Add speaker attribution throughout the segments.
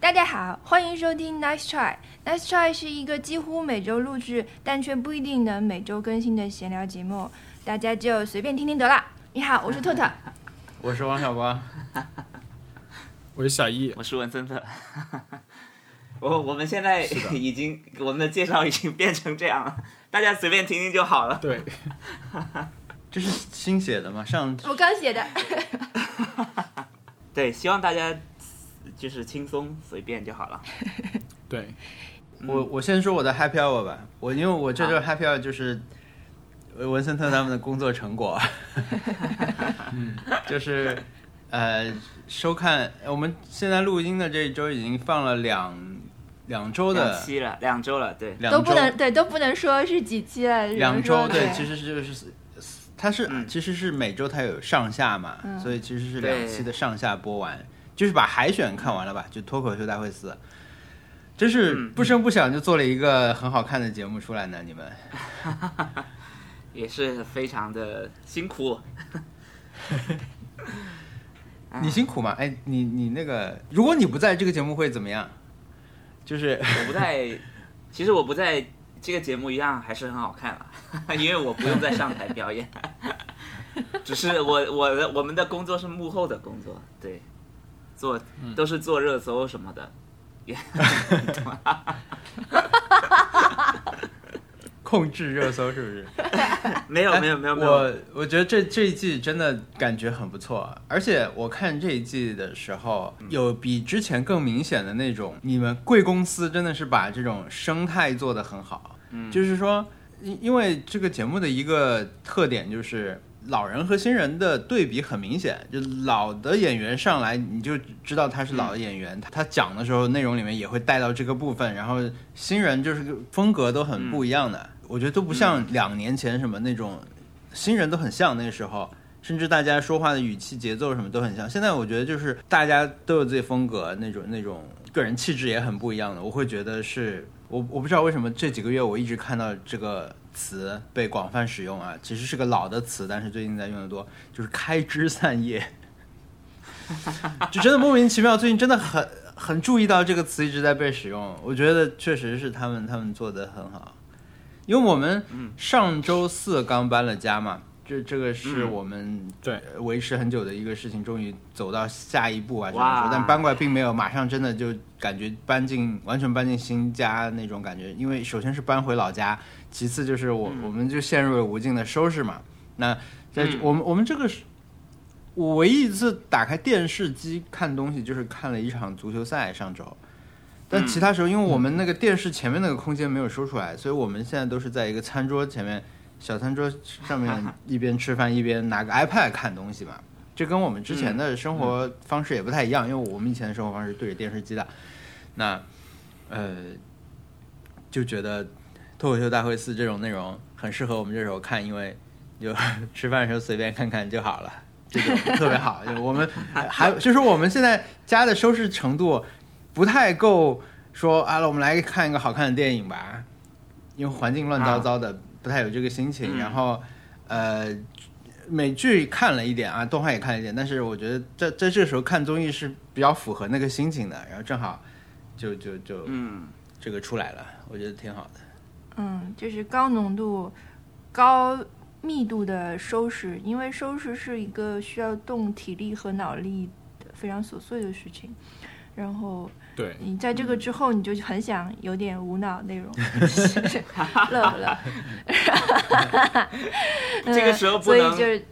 Speaker 1: 大家好，欢迎收听 Nice Try。Nice Try 是一个几乎每周录制，但却不一定能每周更新的闲聊节目，大家就随便听听得了。你好，我是特 特。
Speaker 2: 我是王小光，
Speaker 3: 我是小易，
Speaker 4: 我是文 森特。哦我我们现在已经我们的介绍已经变成这样了，大家随便听听就好了。
Speaker 3: 对，
Speaker 2: 这是新写的吗？上
Speaker 1: 我刚写的，
Speaker 4: 对，希望大家就是轻松随便就好了。
Speaker 3: 对，
Speaker 2: 我我先说我的 happy hour 吧，我因为我这周 happy hour 就是呃文森特他们的工作成 果，嗯，就是呃收看我们现在录音的这一周已经放了两两周
Speaker 4: 两
Speaker 2: 的
Speaker 4: 期了，两周了，对，
Speaker 2: 两周
Speaker 1: 都不能对，都不能说是几期了。只能
Speaker 2: 两
Speaker 1: 说
Speaker 2: 周对，其实是就是它是、
Speaker 4: 嗯
Speaker 2: 其实是每周它有上下嘛，所以其实是两
Speaker 4: 对
Speaker 2: 期的上下播完，就是把海选看完了吧，就脱口秀大会四，真是
Speaker 4: 嗯
Speaker 2: 不声不响就做了一个很好看的节目出来呢，你们。
Speaker 4: 也是非常的辛苦。啊
Speaker 2: 你辛苦吗？哎，你你那个，如果你不在这个节目会怎么样？就是
Speaker 4: 我不在， 其实我不在这个节目一样还是很好看了， 因为我不用再上台表演， 只是我我的我们的工作是幕后的工作，对，做都是做热搜什么的，也你懂吗
Speaker 2: 控制热搜是不是？
Speaker 4: 没有没有没有没有，
Speaker 2: 我我觉得这这一季真的感觉很不错，而且我看这一季的时候，
Speaker 4: 嗯
Speaker 2: 有比之前更明显的那种，你们贵公司真的是把这种生态做得很好，
Speaker 4: 嗯
Speaker 2: 就是说，因因为这个节目的一个特点就是。老人和新人的对比很明显，就老的演员上来你就知道他是老的演员，他他讲的时候内容里面也会带到这个部分，然后新人就是风格都很不一样的，我觉得都不像两年前什么那种新人都很像那个时候，甚至大家说话的语气、节奏什么都很像。现在我觉得就是大家都有自己风格，那种那种个人气质也很不一样的。我会觉得是我我不知道为什么这几个月我一直看到这个词被广泛使用啊，其实是个老的词，但是最近在用的多，就是开枝散叶，就真的莫名其妙，最近真的很。很注意到这个词一直在被使用，我觉得确实是他们他们做的很好，因为我们
Speaker 4: 嗯
Speaker 2: 上周四刚搬了家嘛，这这个是
Speaker 4: 嗯
Speaker 2: 我们
Speaker 3: 对
Speaker 2: 呃维持很久的一个事情，终于走到下一步啊，这么
Speaker 4: 哇
Speaker 2: 说。但搬过来并没有马上真的就感觉搬进完全搬进新家那种感觉，因为首先是搬回老家，其次就是我、我们就陷入了无尽的收拾嘛。那在、
Speaker 4: 嗯
Speaker 2: 我们我们这个是。我唯一一次打开电视机看东西，就是看了一场足球赛，上周。但
Speaker 4: 嗯
Speaker 2: 其他时候，因为我们那个电视前面那个空间没有收出来，所以我们现在都是在一个餐桌前面，小餐桌上面一边吃饭一边拿个 iPad 看东西嘛。这跟我们之前的生活方式也不太一样，因为我们以前的生活方式对着电视机的。那，呃，就觉得脱口秀大会四这种内容很适合我们这时候看，因为就 吃饭的时候随便看看就好了，这种特别好。就我们呃还就是我们现在家的收拾程度不太够说，啊，我们来看一个好看的电影吧，因为环境乱糟糟的，不太有这个心情。
Speaker 4: 啊嗯
Speaker 2: 然后，呃。美剧看了一点啊，动画也看了一点，但是我觉得在在这个时候看综艺是比较符合那个心情的，然后正好就就就
Speaker 4: 嗯，
Speaker 2: 这个出来了，我觉得挺好的。
Speaker 1: 嗯，就是高浓度、高密度的收拾，因为收拾是一个需要动体力和脑力的非常琐碎的事情。然后
Speaker 3: 对，
Speaker 1: 你在这个之后，你就很想有点无脑内 容，乐不乐？
Speaker 4: 这个时候不
Speaker 1: 所以
Speaker 4: 能
Speaker 1: 就是，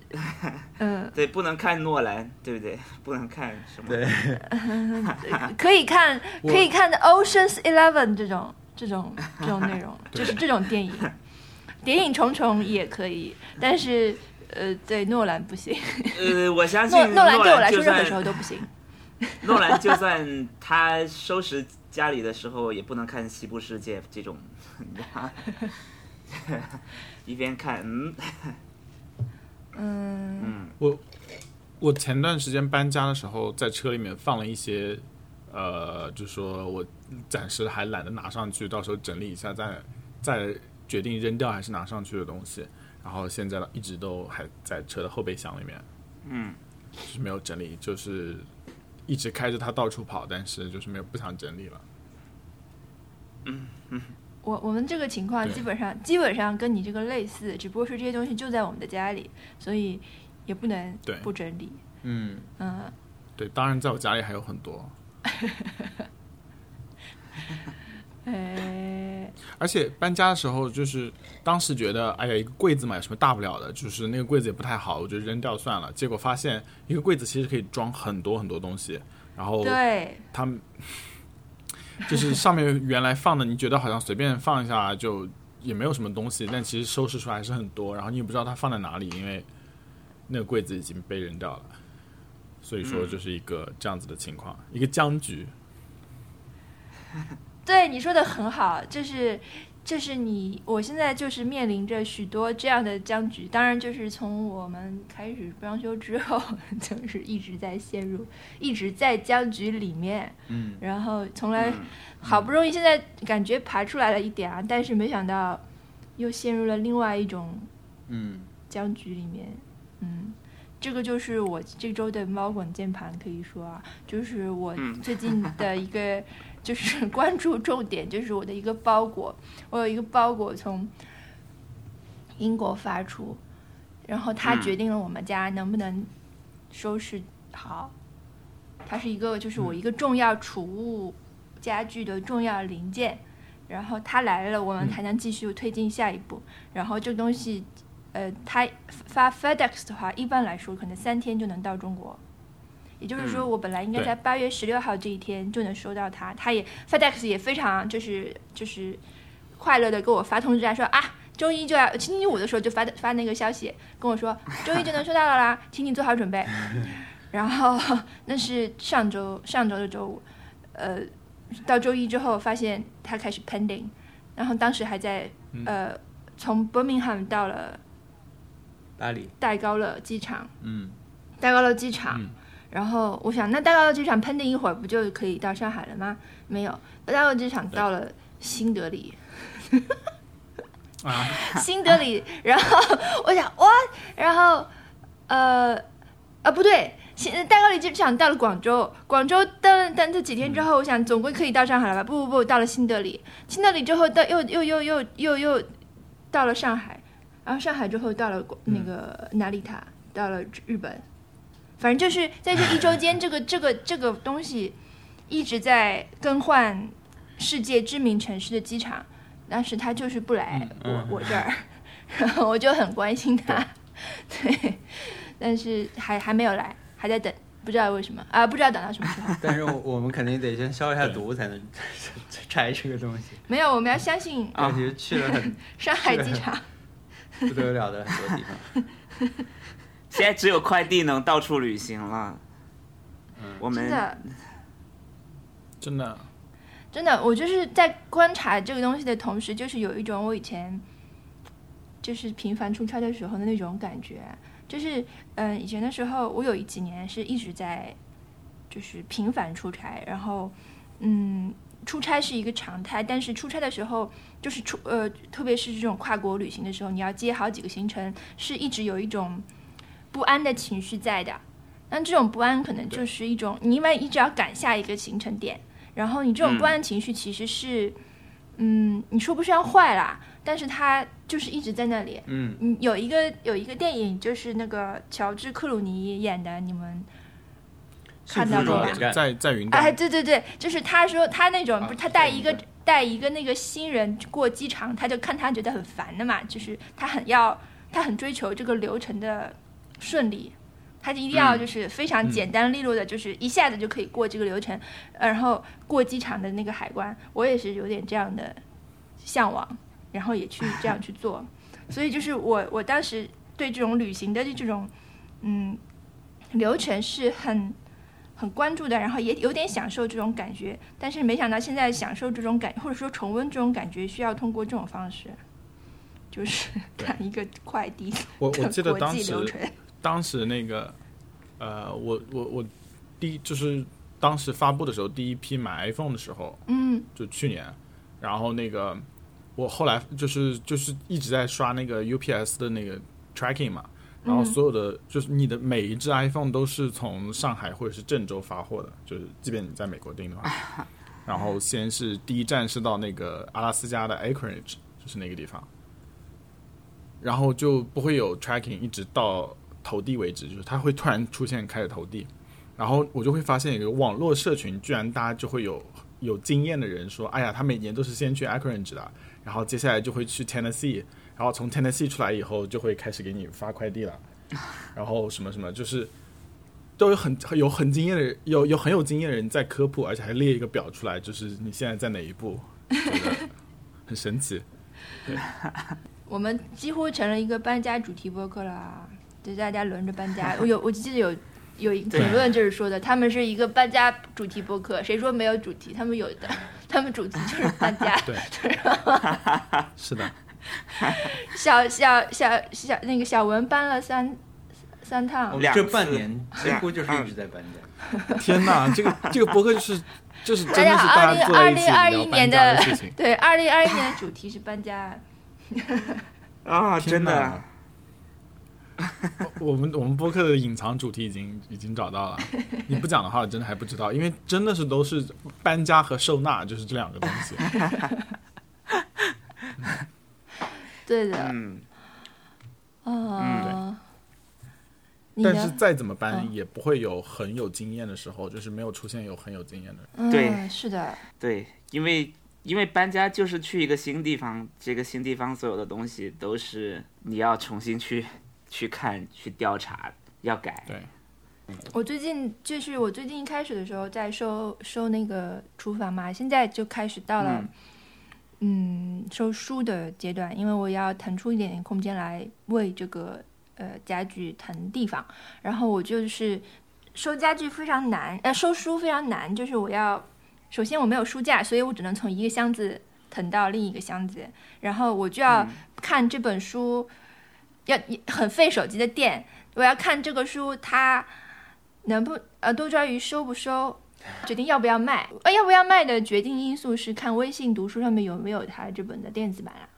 Speaker 1: 嗯，
Speaker 4: 对，不能看诺兰，对不对？ 不能看什么？
Speaker 2: 对，
Speaker 1: 可以看，
Speaker 3: 我
Speaker 1: 可以看《Ocean's Eleven》这种这种这种内 容，就是这种电影，谍影重重也可以，但是呃，对诺兰不行，
Speaker 4: 呃，我相信
Speaker 1: 诺诺兰对我来
Speaker 4: 就
Speaker 1: 说任何
Speaker 4: 算
Speaker 1: 时候都不行。
Speaker 4: 诺兰就算他收拾家里的时候，也不能看《西部世界》这种， 你知道吗一边看，嗯
Speaker 1: 嗯，
Speaker 4: 嗯，
Speaker 3: 我前段时间搬家的时候，在车里面放了一些，呃，就说我暂时还懒得拿上去，到时候整理一下再再决定扔掉还是拿上去的东西。然后现在一直都还在车的后备箱里面，
Speaker 4: 嗯，
Speaker 3: 就是没有整理，就是一直开着它到处跑，但是就是没有不想整理了。
Speaker 1: 我我们这个情况
Speaker 3: 对
Speaker 1: 基本上基本上跟你这个类似，只不过是这些东西就在我们的家里，所以也不能
Speaker 3: 对
Speaker 1: 不整理。
Speaker 2: 嗯，
Speaker 1: 嗯，
Speaker 3: 对，当然在我家里还有很多，
Speaker 1: 哎，
Speaker 3: 而且搬家的时候，就是当时觉得，哎呀，一个柜子嘛，有什么大不了的？就是那个柜子也不太好，我就扔掉算了。结果发现，一个柜子其实可以装很多很多东西。然后
Speaker 1: 对，
Speaker 3: 他们就是上面原来放的，你觉得好像随便放一下就也没有什么东西，但其实收拾出来还是很多。然后你也不知道它放在哪里，因为那个柜子已经被扔掉了。所以说，就是一个这样子的情况，一个僵局。
Speaker 1: 对你说的很好，这是这是你，我现在就是面临着许多这样的僵局。当然，就是从我们开始装修之后，就是一直在陷入，一直在僵局里面。
Speaker 2: 嗯，
Speaker 1: 然后从来
Speaker 3: 嗯
Speaker 1: 好不容易现在感觉爬出来了一点啊，但是没想到又陷入了另外一种
Speaker 2: 嗯，
Speaker 1: 僵局里面，嗯，这个就是我这周的猫滚键盘可以说啊，就是我
Speaker 4: 嗯
Speaker 1: 最近的一个 就是关注重点，就是我的一个包裹，我有一个包裹从英国发出，然后它
Speaker 4: 嗯
Speaker 1: 决定了我们家能不能收拾好，它是一个就是我一个重要储物家具的重要零件。然后它来了，
Speaker 4: 嗯
Speaker 1: 我们才能继续推进下一步。然后这个东西呃，它发 FedEx 的话，一般来说可能三天就能到中国。也就是说，
Speaker 4: 嗯
Speaker 1: 我本来应该
Speaker 3: 对
Speaker 1: 在八月十六号这一天就能收到它。它也 FedEx 也非常就是就是快乐的给我发通知啊，说啊，周一就要星期五的时候就发发那个消息跟我说，周一就能收到了啦，请你做好准备。然后那是上周上周的周五，呃，到周一之后发现它开始 pending，然后当时还在呃从 Birmingham 到了。
Speaker 2: 巴黎，
Speaker 1: 戴高乐机场，
Speaker 2: 嗯，
Speaker 1: 戴高乐机场。
Speaker 3: 嗯
Speaker 1: 然后我想，那戴高乐机场喷的一会儿不就可以到上海了吗？没有，戴高乐机场到了新德里，
Speaker 3: 啊，
Speaker 1: 新德里。然后我想，哇，然后呃啊不对，新戴高乐机场到了广州，广州等等这几天之后，我想总归可以到上海了吧？不不不，到了新德里，新德里之后到又又又又又又到了上海，然后上海之后到了广那个哪里塔，到了日本，反正就是在这一周间，这个 这个这个东西一直在更换世界知名城市的机场，但是他就是不来我、
Speaker 2: 嗯，
Speaker 1: 我这儿，然后我就很关心他， 对，但是还还没有来，还在等，不知道为什么啊，不知道等到什么时候
Speaker 2: 但是我我们肯定得先消一下毒才能 拆这个东西。
Speaker 1: 没有，我们要相信
Speaker 4: 啊
Speaker 2: 其实去了很
Speaker 1: 上海机场。
Speaker 2: 不 得了的很多地方，
Speaker 4: 现在只有快递能到处旅行了。
Speaker 2: 嗯
Speaker 4: 我
Speaker 1: 真
Speaker 4: 们
Speaker 1: 的，
Speaker 3: 真的，
Speaker 1: 真的，我就是在观察这个东西的同时，就是有一种我以前就是频繁出差的时候的那种感觉，就是嗯，以前的时候我有一几年是一直在就是频繁出差，然后嗯，出差是一个常态，但是出差的时候就是出呃，特别是这种跨国旅行的时候，你要接好几个行程，是一直有一种不安的情绪在的。那这种不安可能就是一种，你因为一直要赶下一个行程点，然后你这种不安的情绪其实是，嗯你说不上坏啦，但是它就是一直在那里。
Speaker 2: 嗯，
Speaker 1: 嗯，有一个有一个电影就是那个乔治克鲁尼演的，你们看到
Speaker 2: 幸福
Speaker 1: 过
Speaker 2: 终
Speaker 1: 吧
Speaker 2: 点？站，
Speaker 3: 在在云
Speaker 1: 哎，
Speaker 3: 南，
Speaker 1: 对对对，就是他说他那种，
Speaker 2: 啊
Speaker 1: 不是他带一个
Speaker 2: 对对
Speaker 1: 带一个那个新人过机场，他就看他觉得很烦的嘛，就是他很要他很追求这个流程的顺利，他就一定要
Speaker 4: 嗯
Speaker 1: 就是非常简单利落的，就是一下子就可以过这个流程，呃然后过机场的那个海关，我也是有点这样的向往，然后也去这样去做，所以就是我我当时对这种旅行的这种嗯流程是很很关注的，然后也有点享受这种感觉，但是没想到现在享受这种感，或者说重温这种感觉，需要通过这种方式，就是
Speaker 3: 对
Speaker 1: 看一个快递的
Speaker 3: 我我
Speaker 1: 国
Speaker 3: 记得当
Speaker 1: 际
Speaker 3: 时
Speaker 1: 流程。
Speaker 3: 当时那个，呃，我我我第一就是当时发布的时候，第一批买 iPhone 的时候，
Speaker 1: 嗯
Speaker 3: 就去年，然后那个我后来就是就是一直在刷那个 UPS 的那个 tracking 嘛，然后所有的、就是你的每一只 iPhone 都是从上海或者是郑州发货的，就是即便你在美国订的话，然后先是第一站是到那个阿拉斯加的 Anchorage，就是那个地方，然后就不会有 tracking，一直到投递为止，就是它会突然出现开始投递，然后我就会发现一个网络社群，居然大家就会有有经验的人说，哎呀，他每年都是先去 Anchorage 的，然后接下来就会去 Tennessee，然后从 Tennessee 出来以后就会开始给你发快递了，然后什么什么就是。都有很有很经验的人，有有很有经验的人在科普，而且还列一个表出来，就是你现在在哪一步，觉得很神奇。
Speaker 1: 我们几乎成了一个搬家主题播客了啊，就大家轮着搬家。我有，我记得有有一个评论就是说的，他们是一个搬家主题播客，谁说没有主题？他们有的， 他们主题就是搬家。
Speaker 3: 对，是的，
Speaker 1: 小小小小那个小文搬了三三
Speaker 2: 我
Speaker 1: 趟，
Speaker 2: 们
Speaker 4: 两
Speaker 2: 这
Speaker 4: 次
Speaker 2: 半年几
Speaker 4: 两
Speaker 2: 乎就是一直在搬家。
Speaker 3: 天哪， 这个这个博客就是就是 真
Speaker 1: 大
Speaker 3: 的
Speaker 1: 家
Speaker 3: 是大家坐在一起
Speaker 1: 2021
Speaker 3: 聊
Speaker 1: 年
Speaker 3: 搬
Speaker 1: 的。
Speaker 3: 家事情
Speaker 1: 对，二零二一年的主题是搬家。
Speaker 4: 啊，真
Speaker 3: 天
Speaker 4: 的
Speaker 3: 哪， 我们我们播客的隐藏主题已经已经找到了，你不讲的话，我真的还不知道，因为真的是都是搬家和收纳，就是这两个东西。
Speaker 1: 对的，
Speaker 4: 嗯，
Speaker 1: 嗯， 你
Speaker 3: 但是
Speaker 1: 呢？嗯
Speaker 3: 再怎么搬，也不会有很有经验的时候，就是没有出现有很有经验的人。
Speaker 1: 嗯，
Speaker 4: 对
Speaker 1: 是的，
Speaker 4: 对，因为因为搬家就是去一个新地方，这个新地方所有的东西都是你要重新去去看、去调查、要改。
Speaker 3: 对，
Speaker 1: 我最近就是我最近一开始的时候在收收那个厨房嘛，现在就开始到了嗯收书的阶段，因为我要腾出一点点空间来为这个呃家具腾地方，然后我就是收家具非常难，呃收书非常难，就是我要首先我没有书架，所以我只能从一个箱子腾到另一个箱子，然后我就要看这本书，要很费手机的电，我要看这个书它能不呃多抓鱼收不收， 决定要不要卖，呃要不要卖的决定因素是看微信读书上面有没有它这本的电子版啊。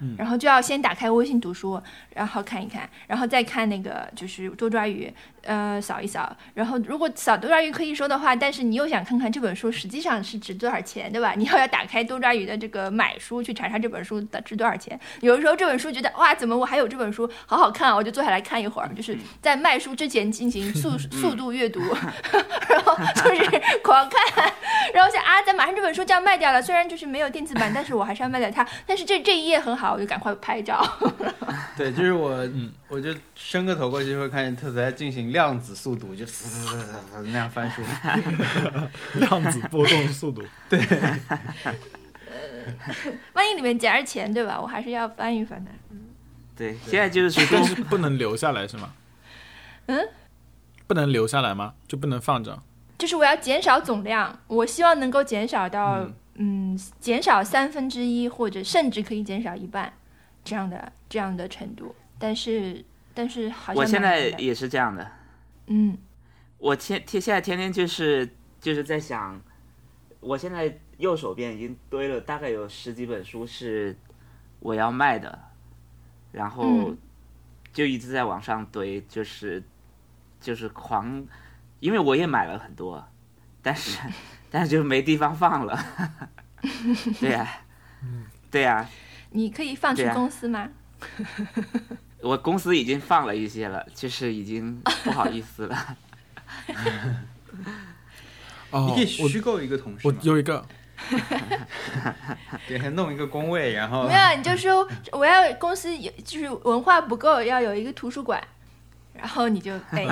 Speaker 2: 嗯，
Speaker 1: 然后就要先打开微信读书，然后看一看，然后再看那个就是多抓鱼，呃，扫一扫。然后如果扫多抓鱼可以收的话，但是你又想看看这本书实际上是值多少钱，对吧？ 你又要打开多抓鱼的这个买书去查查这本书的值多少钱。有的时候这本书觉得哇，怎么我还有这本书，好好看啊，我就坐下来看一会儿，就是在卖书之前进行速速度阅读， 然后就是 狂看，然后想啊，咱马上这本书就要卖掉了，虽然就是没有电子 版，但是我还是要卖掉它。但是这这一页很好，我就赶快拍照。
Speaker 2: 对，就是我，我就伸个头过去，会看见特斯拉进行量子速读，就嘶嘶嘶嘶嘶那样翻书。
Speaker 3: 量子波动 速度，
Speaker 1: 万一里面夹着钱，对吧？我还是要翻一翻的。
Speaker 4: 对，现在就是
Speaker 3: 但
Speaker 4: 说，
Speaker 3: 是不能留下来是吗？
Speaker 1: 嗯，
Speaker 3: 不能留下来吗？就不能放着？
Speaker 1: 就是我要减少总量，我希望能够减少到嗯减少三分之一，或者甚至可以减少一半这样的这样的程度。但是但是好像
Speaker 4: 我现在
Speaker 1: 蛮难的
Speaker 4: 也是这样的。
Speaker 1: 嗯
Speaker 4: 我天天现在天天就是就是在想，我现在右手边已经堆了大概有十几本书是我要卖的，然后
Speaker 1: 嗯
Speaker 4: 就一直在往上堆，就是就是狂，因为我也买了很多，但是但是就没地方放了，对呀、对啊呀、
Speaker 1: 你可以放去
Speaker 4: 对啊
Speaker 1: 公司吗？
Speaker 4: 我公司已经放了一些了，就是已经不好意思了，
Speaker 3: 哦
Speaker 2: 你可以
Speaker 3: 我
Speaker 2: 虚构一个同事
Speaker 3: 我
Speaker 2: 嘛，
Speaker 3: 有一个，
Speaker 2: 给他弄一个工位，然后
Speaker 4: 哦
Speaker 1: 没有，你就说我要公司有就是文化不够，要有一个图书馆，然后你就哎，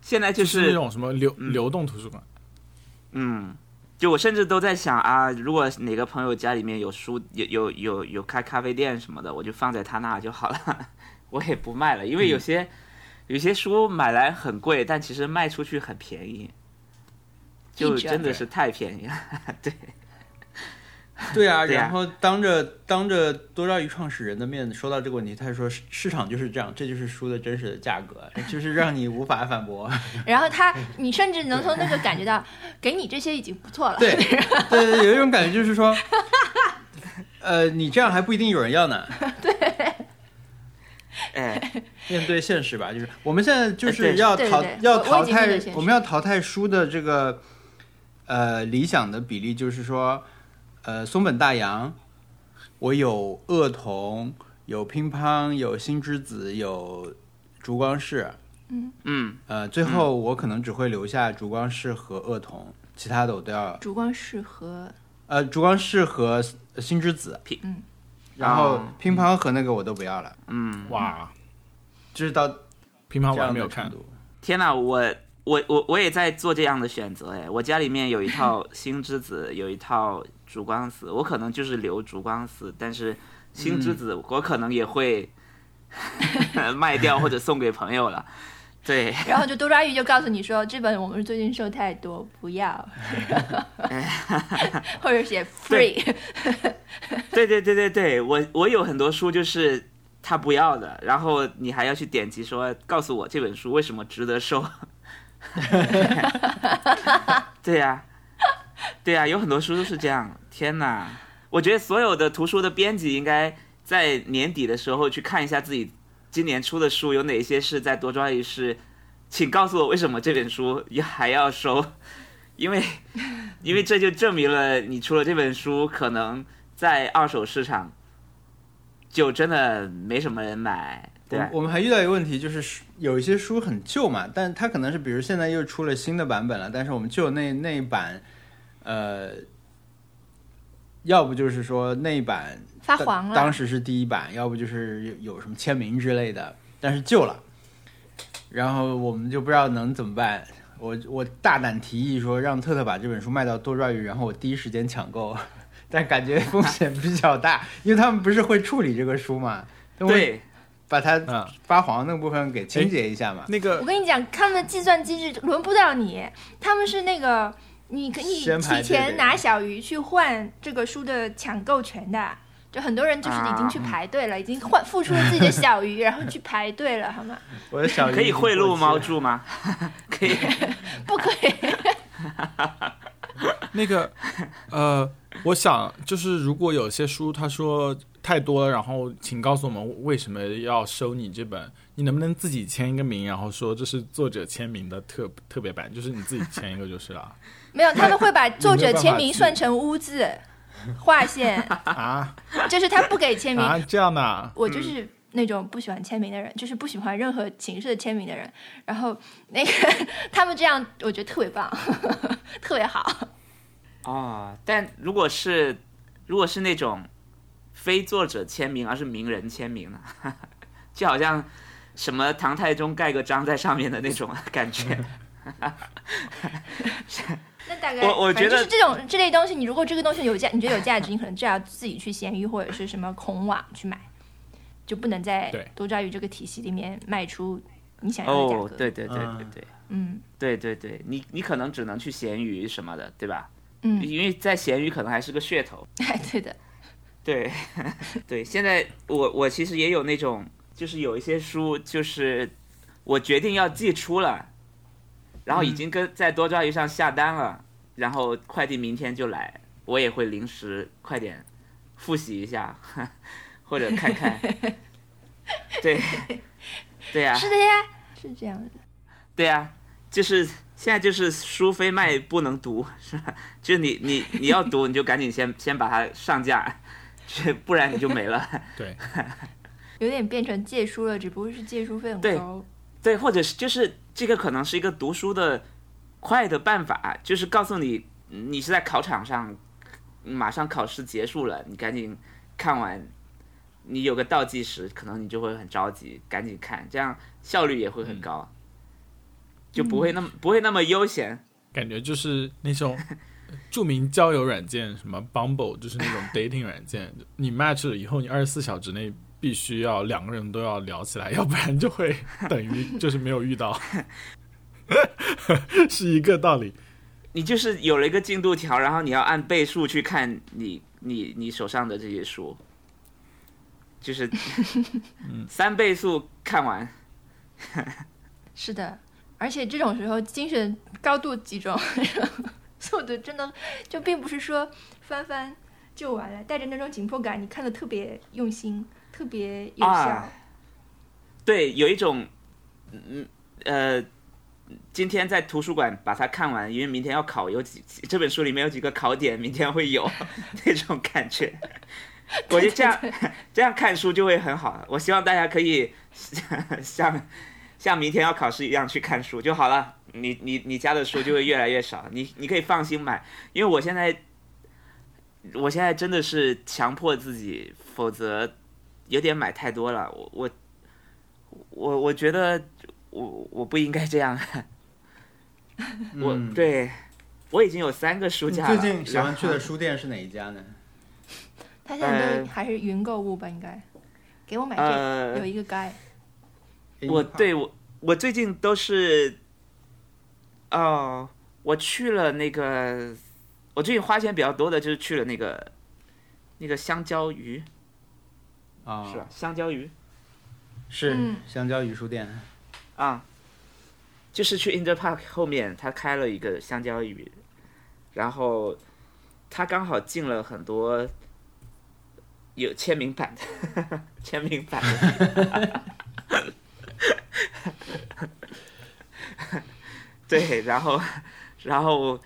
Speaker 4: 现在就
Speaker 3: 就是
Speaker 4: 是
Speaker 3: 那种什么流流动图书馆，
Speaker 4: 嗯，就我甚至都在想啊，如果哪个朋友家里面有书，有有有有开咖啡店什么的，我就放在他那就好了， 我也不卖了，因为有些、有些书买来很贵，但其实卖出去很便宜，就
Speaker 1: 一折
Speaker 4: 真的是太便宜了。
Speaker 2: 对啊，
Speaker 4: 对啊
Speaker 2: 然后当着当着多抓鱼创始人的面说到这个问题，他说市市场就是这样，这就是书的真实的价格，就是让你无法反 驳。
Speaker 1: 然后
Speaker 2: 嗯
Speaker 1: 他你甚至能从那个感觉 到，给你这些已经不错了。
Speaker 2: 对，对，有一种感觉就是说，呃，你这样还不一定有人要呢。
Speaker 4: 哎，
Speaker 2: 面对现实吧，就是我们现在就
Speaker 4: 哎
Speaker 2: 是
Speaker 4: 对
Speaker 2: 要
Speaker 1: 对
Speaker 2: 淘
Speaker 1: 对
Speaker 2: 要
Speaker 1: 我
Speaker 2: 淘
Speaker 1: 我已经面
Speaker 2: 汰
Speaker 1: 对现，实
Speaker 2: 我们要淘汰书的这个呃理想的比例，就是说，呃，松本大洋，我有恶童，有乒乓，有星之子，有烛光室，
Speaker 4: 嗯，
Speaker 2: 呃，最后我可能只会留下烛光室和恶童，其他的我都要
Speaker 1: 烛光适合
Speaker 2: 呃，烛光室和星之子
Speaker 4: 乒，
Speaker 1: 嗯，
Speaker 2: 然后
Speaker 4: 啊
Speaker 2: 乒乓和那个我都不要了，
Speaker 4: 嗯
Speaker 3: 哇，
Speaker 2: 就是到
Speaker 3: 乒乓
Speaker 2: 嗯这
Speaker 3: 我还
Speaker 2: 样
Speaker 3: 没
Speaker 2: 的
Speaker 3: 有
Speaker 2: 程
Speaker 3: 看，
Speaker 2: 度。
Speaker 4: 天哪，我我我我也在做这样的选择哎，我家里面有一套星之子，有一套烛光子，我可能就是留烛光子，但是星之子我可能也会 卖掉或者送给朋友了。对，
Speaker 1: 然后就多抓鱼就告诉你说，这本我们最近售太多，不要， 或者写 free，
Speaker 4: 对对对对对，我我有很多书就是他不要的，然后你还要去点击说告诉我这本书为什么值得收。对呀、 对呀、有很多书都是这样。天哪，我觉得所有的图书的编辑应该在年底的时候去看一下自己今年出的书有哪些是在多抓鱼是，请告诉我为什么这本书也还要收，因为因为这就证明了你出了这本书可能。在二手市场就真的没什么人买，对
Speaker 2: 我我们还遇到一个问题，就是书有一些书很旧嘛，但它可能是比如现在又出了新的版本了，但是我们旧那那一版，呃，要不就是说那一版
Speaker 1: 发黄了。
Speaker 2: 当时是第一版，要不就是有有什么签名之类的，但是旧了，然后我们就不知道能怎么办。我我大胆提议说，让特特把这本书卖到多抓鱼，然后我第一时间抢购， 但感觉风险比较大，因为他们不是会处理这个书嘛，他们会
Speaker 4: 对，
Speaker 2: 把它
Speaker 3: 嗯
Speaker 2: 发黄那部分给
Speaker 4: 哎
Speaker 2: 清洁一下嘛。
Speaker 3: 那
Speaker 1: 我
Speaker 3: 个
Speaker 1: 跟你讲，他们的计算机制轮不到你，他们是那个你可以
Speaker 2: 先排
Speaker 1: 提
Speaker 2: 队的
Speaker 1: 前拿小鱼去换这个书的抢购权的。就很多人就是已
Speaker 2: 啊嗯
Speaker 1: 经去排队了，已经换付出了自己的小 鱼，然后去排队了，好吗？
Speaker 2: 我的小鱼
Speaker 4: 可以贿赂猫
Speaker 2: 吗？
Speaker 4: 柱吗？ 可以，
Speaker 1: 不可以，
Speaker 3: 那个呃，我想就是如果有些书他说太多了，然后请告诉我们为什么要收你这本，你能不能自己签一个名，然后说这是作者签名的特特别版，就是你自己签一个就 是了
Speaker 1: 没有，他们会把作者签名
Speaker 3: 去
Speaker 1: 算成污字、划 线，
Speaker 3: 啊
Speaker 1: 这是他不给
Speaker 2: 哎
Speaker 1: 签名。
Speaker 3: 啊这样的啊
Speaker 1: 我
Speaker 4: 嗯
Speaker 1: 就是那种不喜欢签名的人，就是不喜欢任何形式的签名的人。然后那个 他们这样，我觉得特别棒， 特别好。
Speaker 4: 哦，但如果是如果是那种非作者签名，而是名人签名呢， 就好像什么唐太宗盖个章在上面的那种感 觉。
Speaker 1: 那大概
Speaker 4: 我我觉得
Speaker 1: 反正就是这种这类东西，你如果这个东西有价，你觉得有价值，你可能至少自己去闲鱼或者是什么孔网去买，就不能在
Speaker 3: 对
Speaker 1: 多抓鱼这个体系里面卖出你想要的价格。
Speaker 4: 哦，对对对对对
Speaker 1: 嗯
Speaker 4: 对对对，你你可能只能去闲鱼什么的，对吧？
Speaker 1: 嗯，
Speaker 4: 因为在闲鱼可能还是个噱头。
Speaker 1: 哎，对的，
Speaker 4: 对， 对，现在我我其实也有那种，就是有一些书，就是我决定要寄出了，然后已经跟在多抓鱼上下单了，然后快递明天就来，我也会临时快点复习一下， 或者看看。对，对呀、
Speaker 1: 是的呀，是这样的。
Speaker 4: 对呀、就是现在就是书非卖不能读， 是吧？就是你你你要读，你就赶紧先先把它上架， 这不然你就没了。
Speaker 3: 对，
Speaker 1: 有点变成借书了，只不过是借书费很
Speaker 4: 对
Speaker 1: 高。
Speaker 4: 对，或者是就是这个可能是一个读书的快的办法，就是告诉你你是在考场上，马上考试结束了，你赶紧看完，你有个倒计时，可能你就会很着急，赶紧看，这样效率也会很高，就不会那么不会那么悠闲。
Speaker 3: 感觉就是那种著名交友软件，什么 Bumble，就是那种 dating 软件。你 match 了以后，你二十四小时内必须要两个人都要聊起来，要不然就会等于就是没有遇到， 是一个道理。
Speaker 4: 你就是有了一个进度条，然后你要按倍数去看你你你手上的这些书，就是三倍速看完。
Speaker 1: 是的，而且这种时候精神 高度集中，所以我觉得真的就并不是说翻翻就完了，带着那种紧迫感，你看的特别用心，特别有效。
Speaker 4: 啊对，有一种，嗯呃，今天在图书馆把它看完，因为明天要考，有几这本书里面有几个考点，明天会有 那种感觉。我觉得这样这样看书就会很好。我希望大家可以 像像明天要考试一样去看书就好了。你你你家的书就会越来越少，你你可以放心买，因为我现在我现在真的是强迫自己，否则有点买太多了。我我我我觉得我我不应该这样，我、
Speaker 2: 嗯
Speaker 4: 对我已经有三个书
Speaker 2: 你
Speaker 4: 架
Speaker 2: 最
Speaker 4: 了。
Speaker 2: 近喜欢去的
Speaker 4: 然后
Speaker 2: 书店是哪一家呢？
Speaker 1: 他现在都
Speaker 4: 呃
Speaker 1: 还是云购物吧，应该给我买这个，有
Speaker 4: 呃，
Speaker 1: 一个 guy，
Speaker 4: 我对我我最近都是，哦，我去了那个，我最近花钱比较多的就是去了那个那个香蕉鱼，
Speaker 2: 啊
Speaker 4: 是吧？香蕉鱼
Speaker 2: 是
Speaker 1: 嗯
Speaker 2: 香蕉鱼书店，
Speaker 4: 啊，就是去 Inter Park 后面，他开了一个香蕉鱼，然后他刚好进了很多有签名版的 签名版的， 对，然后然后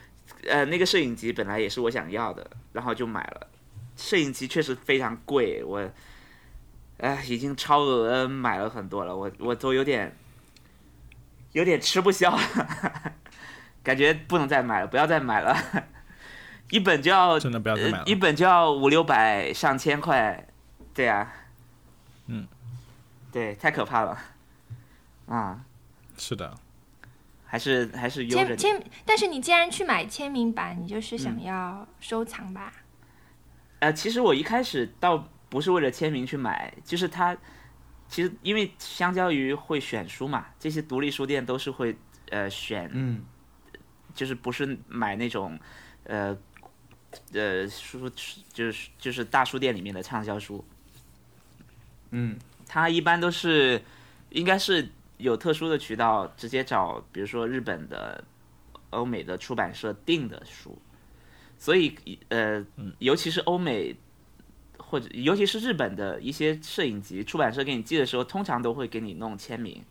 Speaker 4: 呃那个摄影机本来也是我想要的，然后就买了，摄影机确实非常贵，我。哎，已经超额买了很多了，我我都有点有点吃不消， 感觉不能再买了，不要再买了， 一本就要
Speaker 3: 真的不要再买
Speaker 4: 呃
Speaker 3: 了
Speaker 4: 一。本就要五六百、上千块，对呀、
Speaker 3: 嗯，
Speaker 4: 对，太可怕了，啊、
Speaker 3: 是的，
Speaker 4: 还是还是悠着
Speaker 1: 签
Speaker 4: 点，
Speaker 1: 签，但是你既然去买签名版，你就是想要收藏吧？
Speaker 4: 呃，其实我一开始倒不是为了签名去买，就是它其实因为相较于会选书嘛，这些独立书店都是会呃选
Speaker 2: 嗯，
Speaker 4: 就是不是买那种，呃，呃书就是就是大书店里面的畅销书，
Speaker 2: 嗯，
Speaker 4: 它一般都是应该是有特殊的渠道直接找，比如说日本的、欧美的出版社订的书，所以呃，尤其是欧美或者尤其是日本的一些摄影集，出版社给你寄的时候，通常都会给你弄签名。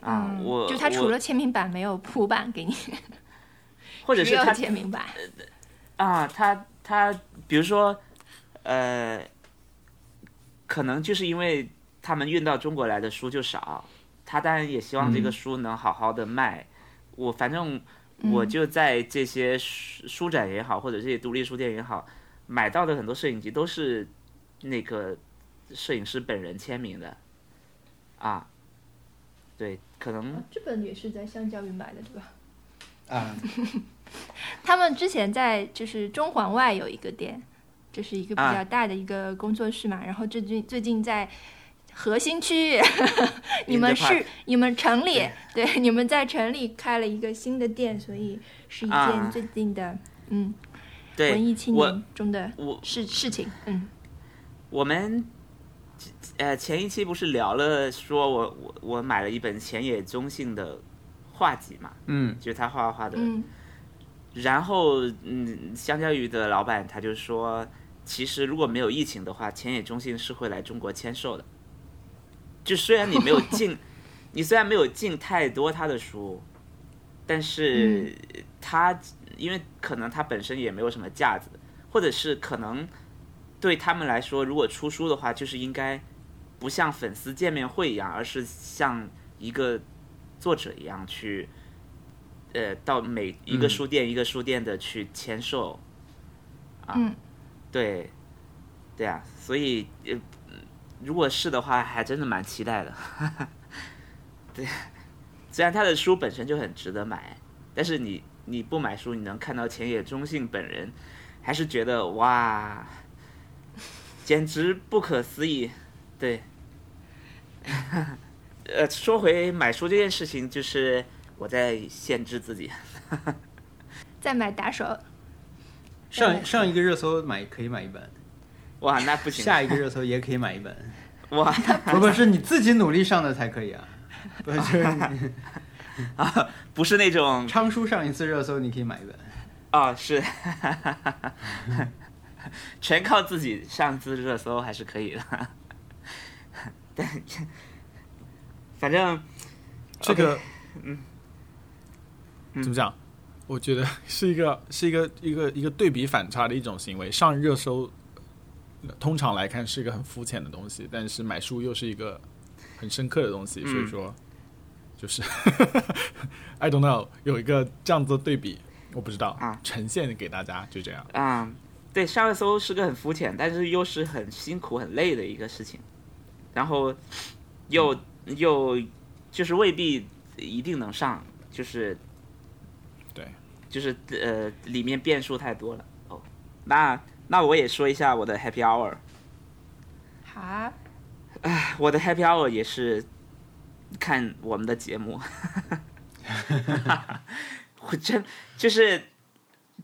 Speaker 4: 啊，
Speaker 1: 嗯
Speaker 4: 我
Speaker 1: 就他除
Speaker 4: 我
Speaker 1: 了签名版没有普版给你，
Speaker 4: 或者
Speaker 1: 只
Speaker 4: 是
Speaker 1: 有
Speaker 4: 他
Speaker 1: 签名版。
Speaker 4: 啊，他他比如说，呃，可能就是因为他们运到中国来的书就少，他当然也希望这个
Speaker 2: 嗯
Speaker 4: 书能好好的卖。我反正
Speaker 1: 嗯
Speaker 4: 我就在这些书书展也好，或者这些独立书店也好，买到的很多摄影集都是那个摄影师本人签名的，啊，对，可能
Speaker 1: 这本也是在香蕉鱼买的，对吧？
Speaker 2: 啊，
Speaker 1: 他们之前在就是中环外有一个店，这是一个比
Speaker 4: 啊
Speaker 1: 较大的一个工作室嘛。然后最近最近在核心区， 你们
Speaker 4: Park
Speaker 1: 是你们城里对你们在城里开了一个新的店，所以是一件
Speaker 4: 啊
Speaker 1: 最近的、嗯
Speaker 4: 对
Speaker 1: 文艺青
Speaker 4: 我
Speaker 1: 年中的
Speaker 4: 我
Speaker 1: 事事情。嗯，
Speaker 4: 我们呃前一期不是聊了，说我我我买了一本浅野忠信的画集嘛，
Speaker 2: 嗯
Speaker 4: 就是他画画的。
Speaker 1: 嗯
Speaker 4: 然后嗯，香蕉鱼的老板他就说，其实如果没有疫情的话，浅野忠信是会来中国签售的。就虽然你没有进，你虽然没有进太多他的书，但是他因为可能他本身也没有什么架子，或者是可能对他们来说，如果出书的话，就是应该不像粉丝见面会一样，而是像一个作者一样去，呃，到每一个
Speaker 2: 嗯
Speaker 4: 书店一个书店的去签售。啊
Speaker 1: 嗯，
Speaker 4: 对，对啊，所以呃，如果是的话，还真的蛮期待的。 对，虽然他的书本身就很值得买，但是你你不买书，你能看到浅野忠信本人，还是觉得哇，简直不可思议。对，呃，说回买书这件事情，就是我在限制自己。
Speaker 1: 再买打手，
Speaker 2: 上上一个热搜买可以买一本，
Speaker 4: 哇，那不行，
Speaker 2: 下一个热搜也可以买一本，
Speaker 4: 哇，
Speaker 2: 不不是你自己努力上的才可以啊，不是就是你
Speaker 4: 不是那种哦
Speaker 2: 昌叔上一次热搜你可以买一本，
Speaker 4: 啊、是， 全靠自己上次热搜还是可以的。 但 反正
Speaker 3: 这个，嗯，怎么讲？我觉得 是一个是一个一个一个对比反差的一种行为。上热搜，呃通常来看是一个很肤浅的东西，但是买书又是一个很深刻的东
Speaker 4: 嗯
Speaker 3: 西。所以说，就是 I don't know，有一个这样子的对比，我不知道
Speaker 4: 啊
Speaker 3: 呈现给大家就这样。
Speaker 4: 啊、对，上热搜是个很肤浅，但是又是很辛苦、很累的一个事情，然后又又就是未必一定能上，就是
Speaker 3: 对，
Speaker 4: 就是呃里面变数太多了。哦，那那我也说一下我的 Happy Hour。
Speaker 1: 哈，
Speaker 4: 我的 Happy Hour 也是看我们的节目，我真就是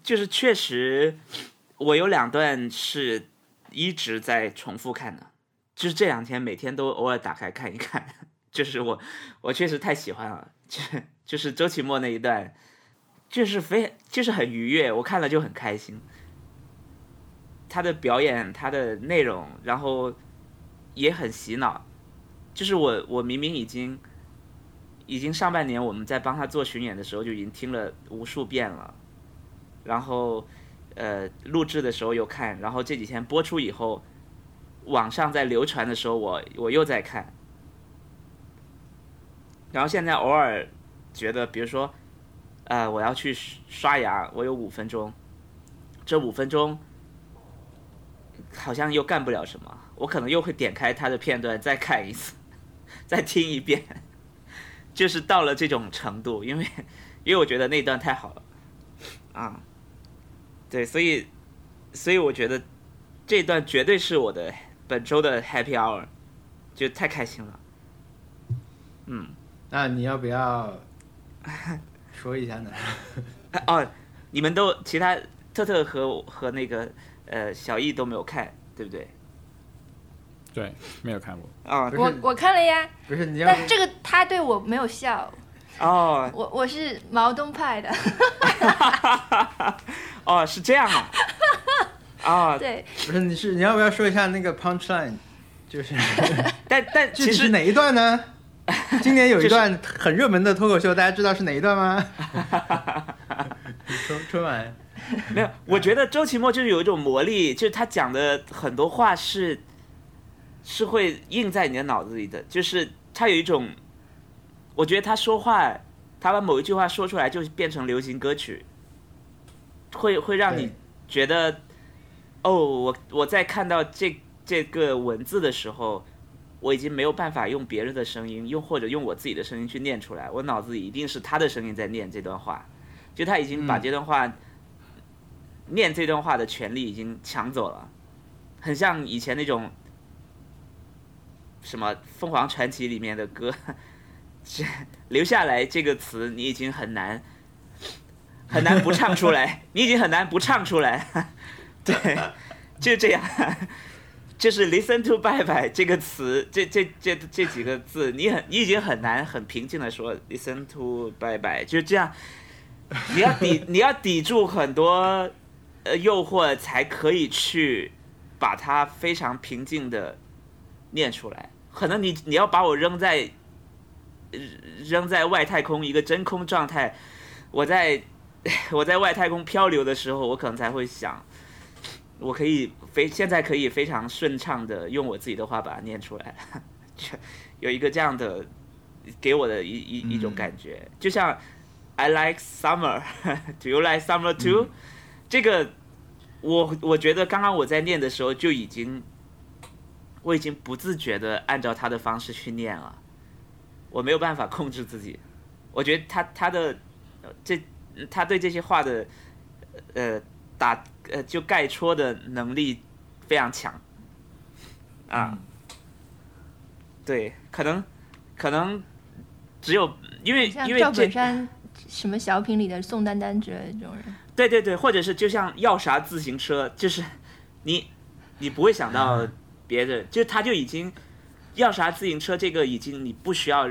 Speaker 4: 就是确实，我有两段是一直在重复看的，就是这两天每天都偶尔打开看一看， 就是我我确实太喜欢了，就是就是周奇墨那一段，就是非就是很愉悦，我看了就很开心。他的表演，他的内容，然后也很洗脑，就是我我明明已经已经上半年我们在帮他做巡演的时候就已经听了无数遍了，然后呃录制的时候又看，然后这几天播出以后，网上在流传的时候我我又在看，然后现在偶尔觉得，比如说呃我要去刷牙，我有五分钟，这五分钟。好像又干不了什么，我可能又会点开他的片段再看一次，再听一遍， 就是到了这种程度，因为因为我觉得那段太好了，啊，对，所以所以我觉得这段绝对是我的本周的 Happy Hour，就太开心了，嗯，
Speaker 2: 那你要不要说一下呢？
Speaker 4: 哦，你们都其他特特和我和那个呃小易都没有看，对不对？
Speaker 3: 对，没有看过。
Speaker 4: 啊、
Speaker 2: 不是
Speaker 1: 我我看了呀，
Speaker 2: 不是你要
Speaker 1: 但这个他对我没有笑，
Speaker 4: 哦，
Speaker 1: 我我是毛东派的，
Speaker 4: 哦，是这样啊。啊、
Speaker 1: 对，
Speaker 2: 不是你是你要不要说一下那个 punch line？就是
Speaker 4: 但但
Speaker 2: 具体
Speaker 4: 其
Speaker 2: 是
Speaker 4: 实
Speaker 2: 哪一段呢？今年有
Speaker 4: 就
Speaker 2: 一
Speaker 4: 是
Speaker 2: 段很热门的脱口秀，大家知道是哪一段吗？春春晚
Speaker 4: 没有，我觉得周奇墨就是有一种魔力，就是他讲的很多话是是会印在你的脑子里的，就是他有一种，我觉得他说话，他把某一句话说出来就变成流行歌曲，会会让你
Speaker 2: 对
Speaker 4: 觉得，哦，我我在看到这这个文字的时候，我已经没有办法用别人的声音，用或者用我自己的声音去念出来，我脑子里一定是他的声音在念这段话，就他已经把
Speaker 2: 嗯
Speaker 4: 这段话、念这段话的权利已经抢走了，很像以前那种 什么《凤凰传奇》里面的歌，这留下来这个词你已经很难 很难不唱出来， 你已经很难不唱出来。对， 就这样，就是 “listen to 拜拜”这个词，这这这这几个字，你很你已经很难很平静的说 “listen to 拜拜”，就这样，你要抵你要抵住很多呃诱惑，才可以去把它非常平静的念出来。可能你你要把我扔在扔在外太空一个真空状态，我在 我在外太空漂流的时候，我可能才会想，我可以非现在可以非常顺畅的用我自己的话把它念出来， 就有一个这样的给我的一一一种
Speaker 2: 嗯
Speaker 4: 感觉，就像 I like summer, do you like summer too？、这个我我觉得刚刚我在念的时候就已经。我已经不自觉的按照他的方式去念了，我没有办法控制自己。我觉得他他的呃这他对这些话的呃打呃就概戳的能力非常强啊，
Speaker 1: 嗯
Speaker 4: 对，可能可能只有因为
Speaker 1: 像
Speaker 4: 因为
Speaker 1: 赵
Speaker 4: 这
Speaker 1: 本山什么小品里的宋丹丹之类的这种人，
Speaker 4: 对对对，或者是就像要啥自行车，就是你你不会想到
Speaker 1: 嗯
Speaker 4: 别人，就是他就已经要啥自行车这个已经你不需要，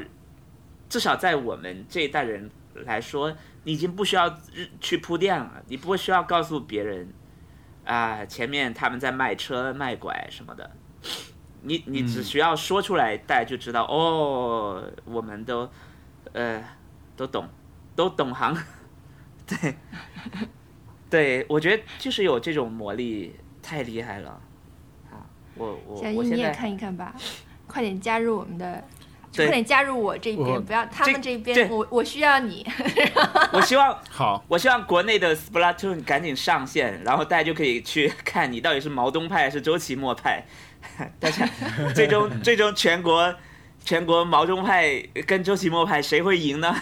Speaker 4: 至少在我们这一代人来说，你已经不需要日去铺垫了，你不需要告诉别人，啊、啊、前面他们在卖车卖拐什么的，你你只需要说出来，大家就知道哦，我们都呃都懂，都懂行， 对，对我觉得就是有这种魔力，太厉害了啊！我我
Speaker 1: 小
Speaker 4: 我
Speaker 1: 易
Speaker 4: 现
Speaker 1: 你也
Speaker 4: 在
Speaker 1: 看一看吧，快点加入我们的，
Speaker 4: 对
Speaker 1: 快点加入我这
Speaker 3: 我
Speaker 1: 边，不要他
Speaker 4: 这
Speaker 1: 们这
Speaker 4: 这
Speaker 1: 边，我我需要你。
Speaker 4: 我希望
Speaker 3: 好，
Speaker 4: 我希望国内的 Splatoon 赶紧上线，然后大家就可以去 看你到底是毛东派还是周奇墨派。 大家最终最终全国全国毛东派跟周奇墨派谁会赢呢？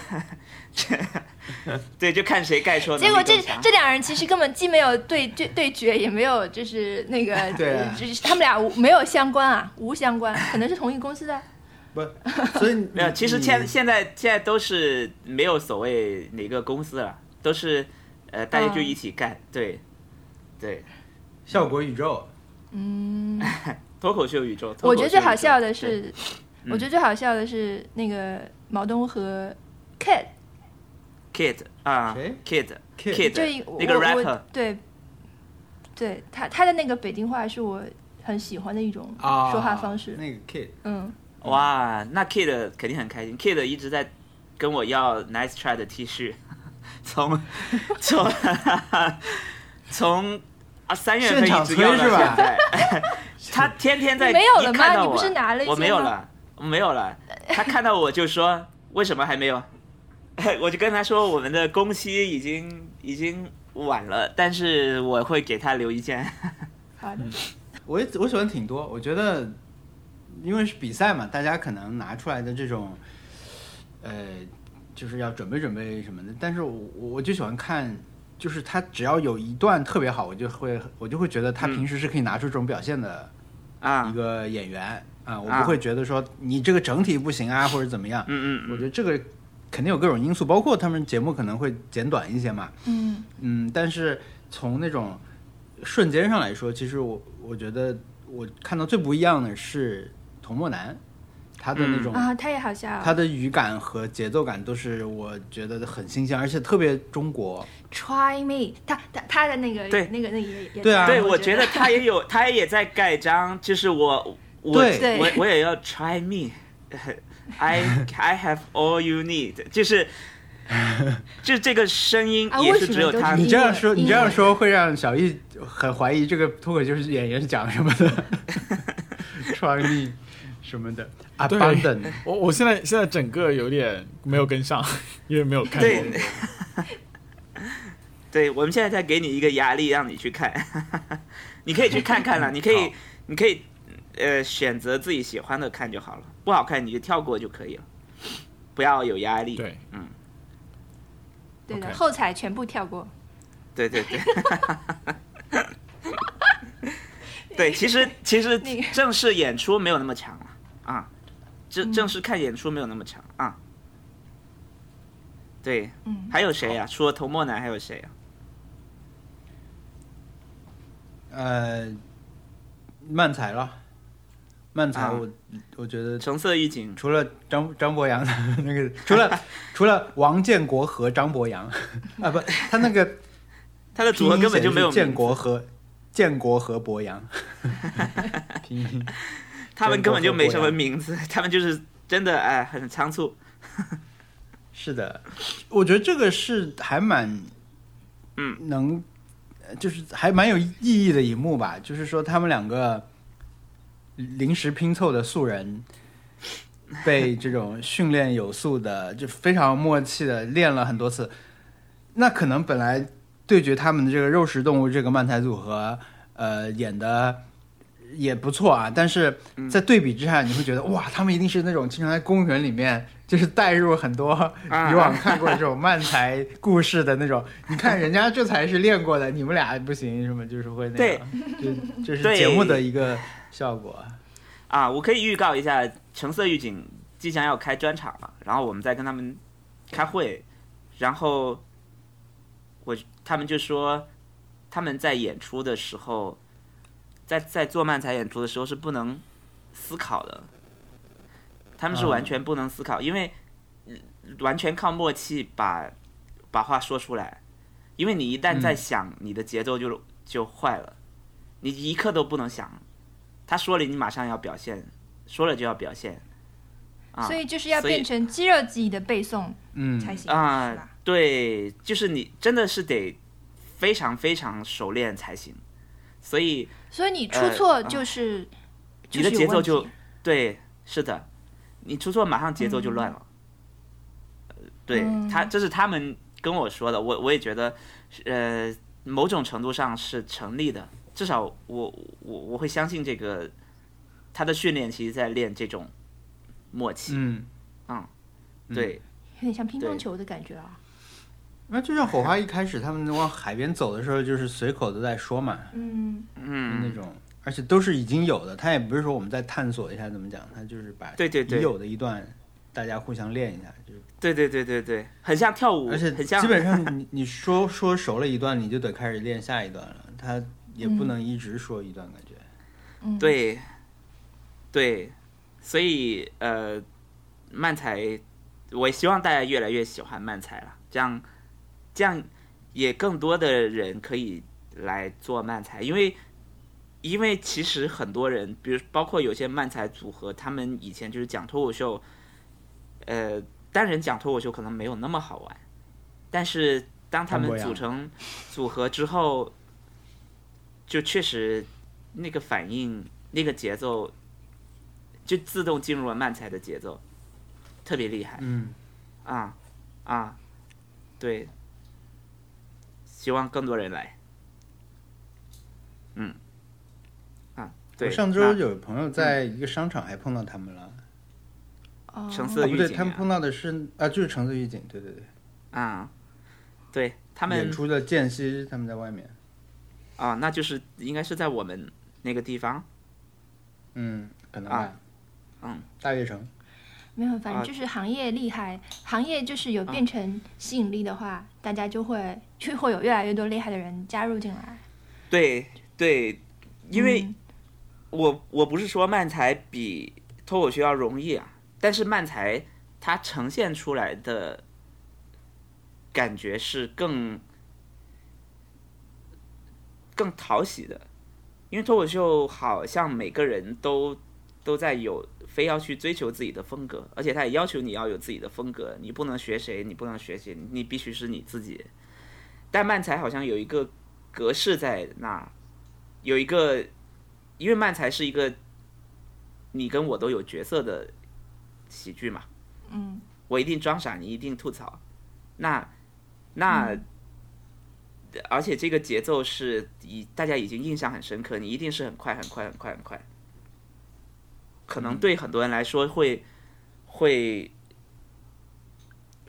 Speaker 4: 对，就看谁盖出能力
Speaker 1: 结果这
Speaker 4: 更强
Speaker 1: 这两人其实根本既没有对对对决，也没有就是那 个，
Speaker 2: 对啊
Speaker 1: 就是他们俩无没有相关啊，无相关，可能是同一公司
Speaker 4: 哦
Speaker 1: 的。
Speaker 2: 不，所以你
Speaker 4: 没有，其实
Speaker 2: 你
Speaker 4: 现现在现在都是没有所谓哪个公司了，都是呃大家就一起干，对对，
Speaker 2: 效果宇宙，
Speaker 1: 嗯，
Speaker 4: 脱口秀宇宙。脱
Speaker 1: 我觉
Speaker 4: 口
Speaker 1: 得
Speaker 4: 秀
Speaker 1: 最好
Speaker 4: 宇宙
Speaker 1: 笑的
Speaker 4: 对
Speaker 1: 是，我觉得最好笑的是那个毛东和 Kid，
Speaker 4: Kid 啊
Speaker 2: 谁
Speaker 4: ，Kid
Speaker 2: Kid
Speaker 1: 就
Speaker 4: Kid
Speaker 1: 一我
Speaker 4: 那个
Speaker 1: 我
Speaker 4: rapper
Speaker 1: 对，对他他的那个北京话是我很喜欢的一种
Speaker 2: 啊，
Speaker 1: 说话方式。
Speaker 2: 那个 kid，
Speaker 1: 嗯，
Speaker 4: 哇，那 Kid 肯定很开心。Kid 一直在跟我要 Nice Try 的 T 恤， 从从 从啊三月份一直要到
Speaker 2: 现场
Speaker 4: 现在， 他天天在
Speaker 1: 你没有了
Speaker 4: 一看
Speaker 1: 吗？
Speaker 4: 到
Speaker 1: 你
Speaker 4: 我
Speaker 1: 不是拿了一些
Speaker 4: 我没有
Speaker 1: 吗
Speaker 4: 了，没有了。他看到我就说为什么还没有？ 我就跟他说我们的工期已经已经晚了，但是我会给他留一件。
Speaker 1: 好的，
Speaker 2: 我也我喜欢挺多，我觉得因为是比赛嘛，大家可能拿出来的这种，呃，就是要准备准备什么的。但是我我就喜欢看，就是他只要有一段特别好，我就会我就会觉得他
Speaker 4: 嗯
Speaker 2: 平时是可以拿出这种表现的一
Speaker 4: 啊，
Speaker 2: 个演员啊、我
Speaker 4: 啊
Speaker 2: 不会觉得说你这个整体不行啊或者怎么样。
Speaker 4: 嗯嗯
Speaker 2: 我
Speaker 4: 嗯，
Speaker 2: 觉得这个肯定有各种因素，包括他们节目可能会简短一些嘛。
Speaker 1: 嗯，
Speaker 2: 嗯，但是从那种瞬间上来说，其实我我觉得我看到最不一样的是童漠男，他的那种、
Speaker 1: 啊，他也好笑啊。
Speaker 2: 他的语感和节奏感都是我觉得很新鲜，而且特别中国。
Speaker 1: Try me，他他他的那个
Speaker 4: 对
Speaker 1: 那个那个也也
Speaker 2: 对啊
Speaker 4: 对，
Speaker 1: 我
Speaker 4: 我觉得他也有，他也在盖章，就是我，我
Speaker 2: 对
Speaker 1: 对
Speaker 4: 我我也要 try me。I I have all you need，就是，就这个声音
Speaker 1: 啊
Speaker 4: 也
Speaker 1: 为
Speaker 4: 是
Speaker 1: 什
Speaker 4: 只
Speaker 1: 么
Speaker 4: 有
Speaker 1: 都
Speaker 4: 他
Speaker 1: 是
Speaker 2: 你这样
Speaker 1: 音
Speaker 2: 说，
Speaker 1: 乐
Speaker 2: 你这样说会让小易很怀疑这个脱口秀演员是讲什么的， 创意什么的
Speaker 3: 对
Speaker 2: ，abandon。
Speaker 3: 我我现在现在整个有点没有跟上， 因为没有看
Speaker 4: 对
Speaker 3: 过。，
Speaker 4: 对，我们现在在给你一个压力，让你去看， 你可以去看看了，你可以
Speaker 3: 好，
Speaker 4: 你可以，呃，选择自己喜欢的看就好了，不好看你就跳过就可以了，不要有压力。
Speaker 3: 对，
Speaker 1: 对的，
Speaker 3: OK
Speaker 1: 后采全部跳过。
Speaker 4: 对对 对，对，其实其实
Speaker 1: 那个
Speaker 4: 正式演出没有那么强了啊，正
Speaker 1: 嗯
Speaker 4: 正式看演出没有那么强啊。对，
Speaker 1: 嗯，
Speaker 4: 还有谁呀、除了头墨男还有谁啊呀、
Speaker 2: 呃，漫才了，漫才
Speaker 4: 啊
Speaker 2: 我、我觉得
Speaker 4: 橙色预警
Speaker 2: 除了张张博洋那个，除了除了王建国和张博洋啊，不，他那 个
Speaker 4: 他的组合根本就没有
Speaker 2: 拼音显示建
Speaker 4: 名字
Speaker 2: 国和建国和博洋，拼音
Speaker 4: 他们根本就没什么名字，他们就是真的哎很仓促。
Speaker 2: 是的，我觉得这个是还蛮
Speaker 4: 嗯
Speaker 2: 能，呃就是还蛮有意义的一幕吧，就是说他们两个临时拼凑的素人。被这种训练有素的，就非常默契的练了很多次，那可能本来对决他们的这个肉食动物这个漫才组合，呃，演的也不错啊，但是在对比之下，你会觉得哇，他们一定是那种经常在公园里面，就是带入很多 以往看过的这种漫才故事的那种。 你看人家这才是练过的，你们俩不行，什么就是会那样， 就就是
Speaker 4: 对
Speaker 2: 节目的一个效果。
Speaker 4: 啊，我可以预告一下，橙色预警即将要开专场了，然后我们再跟他们开会，然后我他们就说他们在演出的时候，在在做漫才演出的时候是不能思考的，他们是完全不能思考，因为嗯完全靠默契把把话说出来，因为你一旦在想，你的节奏就就坏了，你一刻都不能想。他说了，你马上要表现，说了就要表现。啊、
Speaker 1: 所以就是要
Speaker 4: 所以
Speaker 1: 变成肌肉记忆的背诵
Speaker 2: 嗯，
Speaker 1: 才行，是
Speaker 4: 啊
Speaker 1: 吧？，
Speaker 4: 对，就是你真的是得非常非常熟练才行。所以
Speaker 1: 所以你出
Speaker 4: 呃
Speaker 1: 错
Speaker 4: 啊
Speaker 1: 就是、就
Speaker 4: 你的
Speaker 1: 是有
Speaker 4: 节奏
Speaker 1: 问题
Speaker 4: 就对，是的，你出错马上节奏就乱了。呃对
Speaker 1: 嗯
Speaker 4: 他，这是他们跟我说的，我我也觉得，呃，某种程度上是成立的，至少我我我会相信这个，他的训练其实在练这种默契，
Speaker 2: 嗯，嗯
Speaker 4: 对，
Speaker 1: 有点像乒
Speaker 4: 对
Speaker 1: 乓球的感觉啊。
Speaker 2: 那就像火花一开始他们往海边走的时候，就是随口都在说嘛，
Speaker 1: 嗯，
Speaker 2: 就那
Speaker 4: 嗯，
Speaker 2: 种，而且都是已经有的，他也不是说我们再探索一下怎么讲，他就是把
Speaker 4: 对对对
Speaker 2: 已有的一段大家互相练一下，就是
Speaker 4: 对对对对对，很像跳舞，
Speaker 2: 而且
Speaker 4: 嗯很像
Speaker 2: 基本上你你说 说熟了一段，你就得开始练下一段了，他也
Speaker 4: 嗯
Speaker 2: 不能一直说一段，感觉。
Speaker 1: 嗯
Speaker 4: 对，对，所以呃，漫才，我也希望大家越来越喜欢漫才了，这样，这样也更多的人可以来做漫才，因为，因为其实很多人，比如包括有些漫才组合，他们以前就是讲脱口秀，呃，单人讲脱口秀可能没有那么好玩，但是当他
Speaker 2: 潘博
Speaker 4: 们
Speaker 2: 洋
Speaker 4: 组成组合之后，就确实那个反应、那个节奏，就自动进入了慢才的节奏，特别厉害
Speaker 2: 嗯，
Speaker 4: 啊啊！对，希望更多人来。嗯，啊，对。
Speaker 2: 我上
Speaker 4: 那
Speaker 2: 周有朋友在一个商场还碰到他们了，啊
Speaker 1: 哦
Speaker 4: 橙色
Speaker 2: 不对，
Speaker 4: 预警
Speaker 2: 他们
Speaker 4: 啊
Speaker 2: 碰到的是啊，就是橙色预警，对对对，
Speaker 4: 啊，对他
Speaker 2: 演
Speaker 4: 们
Speaker 2: 出的间隙他们在外面，
Speaker 4: 啊，那就是应该是在我们那个地方。
Speaker 2: 嗯，可能吧
Speaker 4: 啊，嗯，
Speaker 2: 大悦城，
Speaker 1: 没有，反
Speaker 4: 啊
Speaker 1: 正就是行业厉害，行业就是有变成吸引力的话，大家就会就会有越来越多厉害的人加入进来。
Speaker 4: 对对，因为
Speaker 1: 嗯
Speaker 4: 我我不是说漫才比脱口秀要容易啊，但是漫才它呈现出来的感觉是更更讨喜的，因为脱口秀好像每个人都都在有非要去追求自己的风格，而且他也要求你要有自己的风格，你不能学谁，你不能学谁，你必须是你自己。但漫才好像有一个格式在那儿，有一个因为漫才是一个你跟我都有角色的喜剧嘛，
Speaker 1: 嗯，
Speaker 4: 我一定装傻，你一定吐槽，那那、而且这个节奏是以大家已经印象很深刻，你一定是很快很快很快很快，可能对很多人来说会会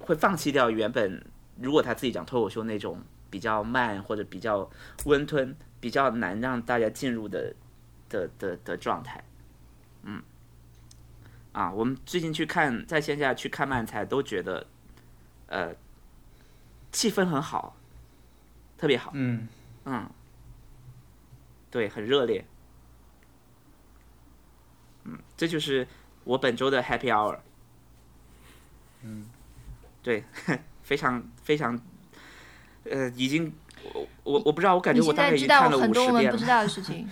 Speaker 4: 会放弃掉原本如果他自己讲脱口秀那种比较慢或者比较温吞、比较难让大家进入的的的的状态。嗯，啊，我们最近去看在线下去看漫才，都觉得呃气氛很好，特别好，
Speaker 2: 嗯，
Speaker 4: 嗯，对，很热烈。嗯，这就是我本周的 Happy Hour。嗯，对， 非常非常，呃，已经我我我不知道，我感觉
Speaker 1: 你
Speaker 4: 我
Speaker 1: 现
Speaker 4: 大概
Speaker 1: 在
Speaker 4: 已
Speaker 1: 知
Speaker 4: 经
Speaker 1: 道
Speaker 4: 看了
Speaker 1: 很
Speaker 4: 五
Speaker 1: 多
Speaker 4: 十
Speaker 1: 我们
Speaker 4: 遍
Speaker 1: 不知
Speaker 4: 了。
Speaker 1: 道的事情，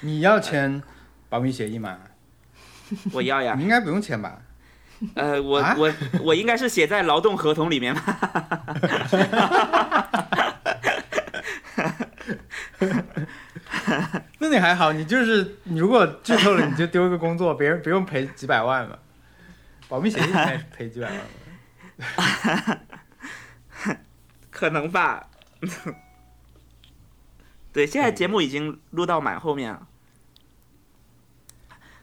Speaker 2: 你要签保密协议吗？
Speaker 4: 我要呀
Speaker 2: 你，应该不用签吧？
Speaker 4: 呃，我、
Speaker 2: 啊
Speaker 4: 我我应该是写在劳动合同里面吧？
Speaker 2: 那你还好，你就是你如果剧透了，你就丢一个工 作，别人不用赔几百万嘛。保密协议应该是赔几百万 吧。
Speaker 4: 可能吧。对，现在节目已经录到蛮后面了，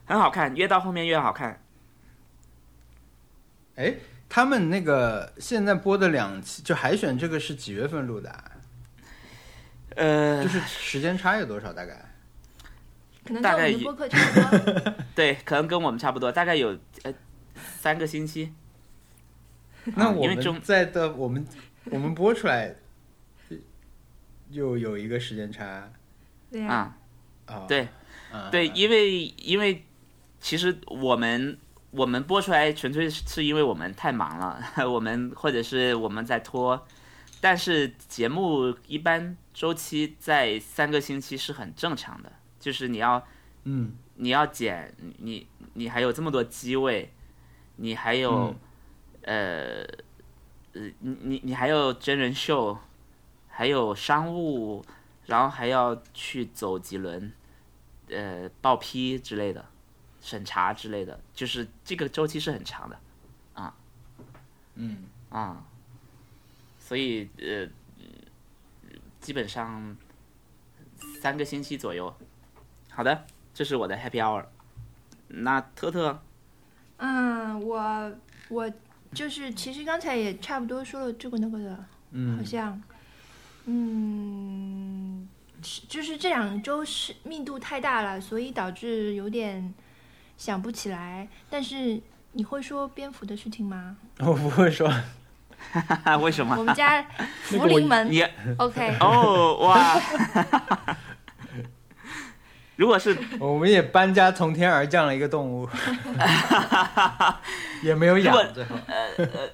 Speaker 4: 很好看，越到后面越好看。
Speaker 2: 哎，他们那个现在播的两期，就海选这个是几月份录的、啊？
Speaker 4: 呃
Speaker 2: 就，是时间差有多少？大概？
Speaker 1: 可 能
Speaker 4: 大
Speaker 1: 跟我
Speaker 4: 概
Speaker 1: 们的
Speaker 4: 也
Speaker 1: 播客差不多。
Speaker 4: 对，可能跟我们差不多，大概有呃三个星期。
Speaker 2: 那我
Speaker 4: 啊因为中
Speaker 2: 们在的我们我们播出来，又有一个时间差啊、
Speaker 1: 对呀、
Speaker 4: 啊、
Speaker 2: 哦
Speaker 4: 对
Speaker 2: 啊
Speaker 4: 对，
Speaker 2: 啊
Speaker 4: 因为因为其实我们我们 播出来纯粹是因为我们太忙了，我们或者是我们在拖，但是节目一般周期在三个星期是很正常的，就是你要
Speaker 2: 嗯，
Speaker 4: 你要剪，你你还有这么多机位，你还有、呃呃，你你你还有真人秀，还有商务，然后还要去走几轮，呃，报批之类的，审查之类的，就是这个周期是很长的。啊，
Speaker 2: 嗯
Speaker 4: 啊、所以呃，基本上三个星期左右。好的，这是我的 Happy Hour。那特特，
Speaker 1: 嗯，我我就是其实刚才也差不多说了这个那个的，嗯，好像，嗯，是就是这两周是密度太大了，所以导致有点想不起来。但是你会说蝙蝠的事情吗？
Speaker 2: 我不会说，
Speaker 4: 啊，为什
Speaker 1: 我
Speaker 4: 么？
Speaker 1: 们家
Speaker 3: 那
Speaker 1: 福
Speaker 3: 个我
Speaker 1: 临门
Speaker 4: 你
Speaker 1: ，OK，
Speaker 4: 哦哇！ 如果是
Speaker 2: 我们也搬家从天而降了一个动物，也没有
Speaker 4: 如果
Speaker 2: 养最后。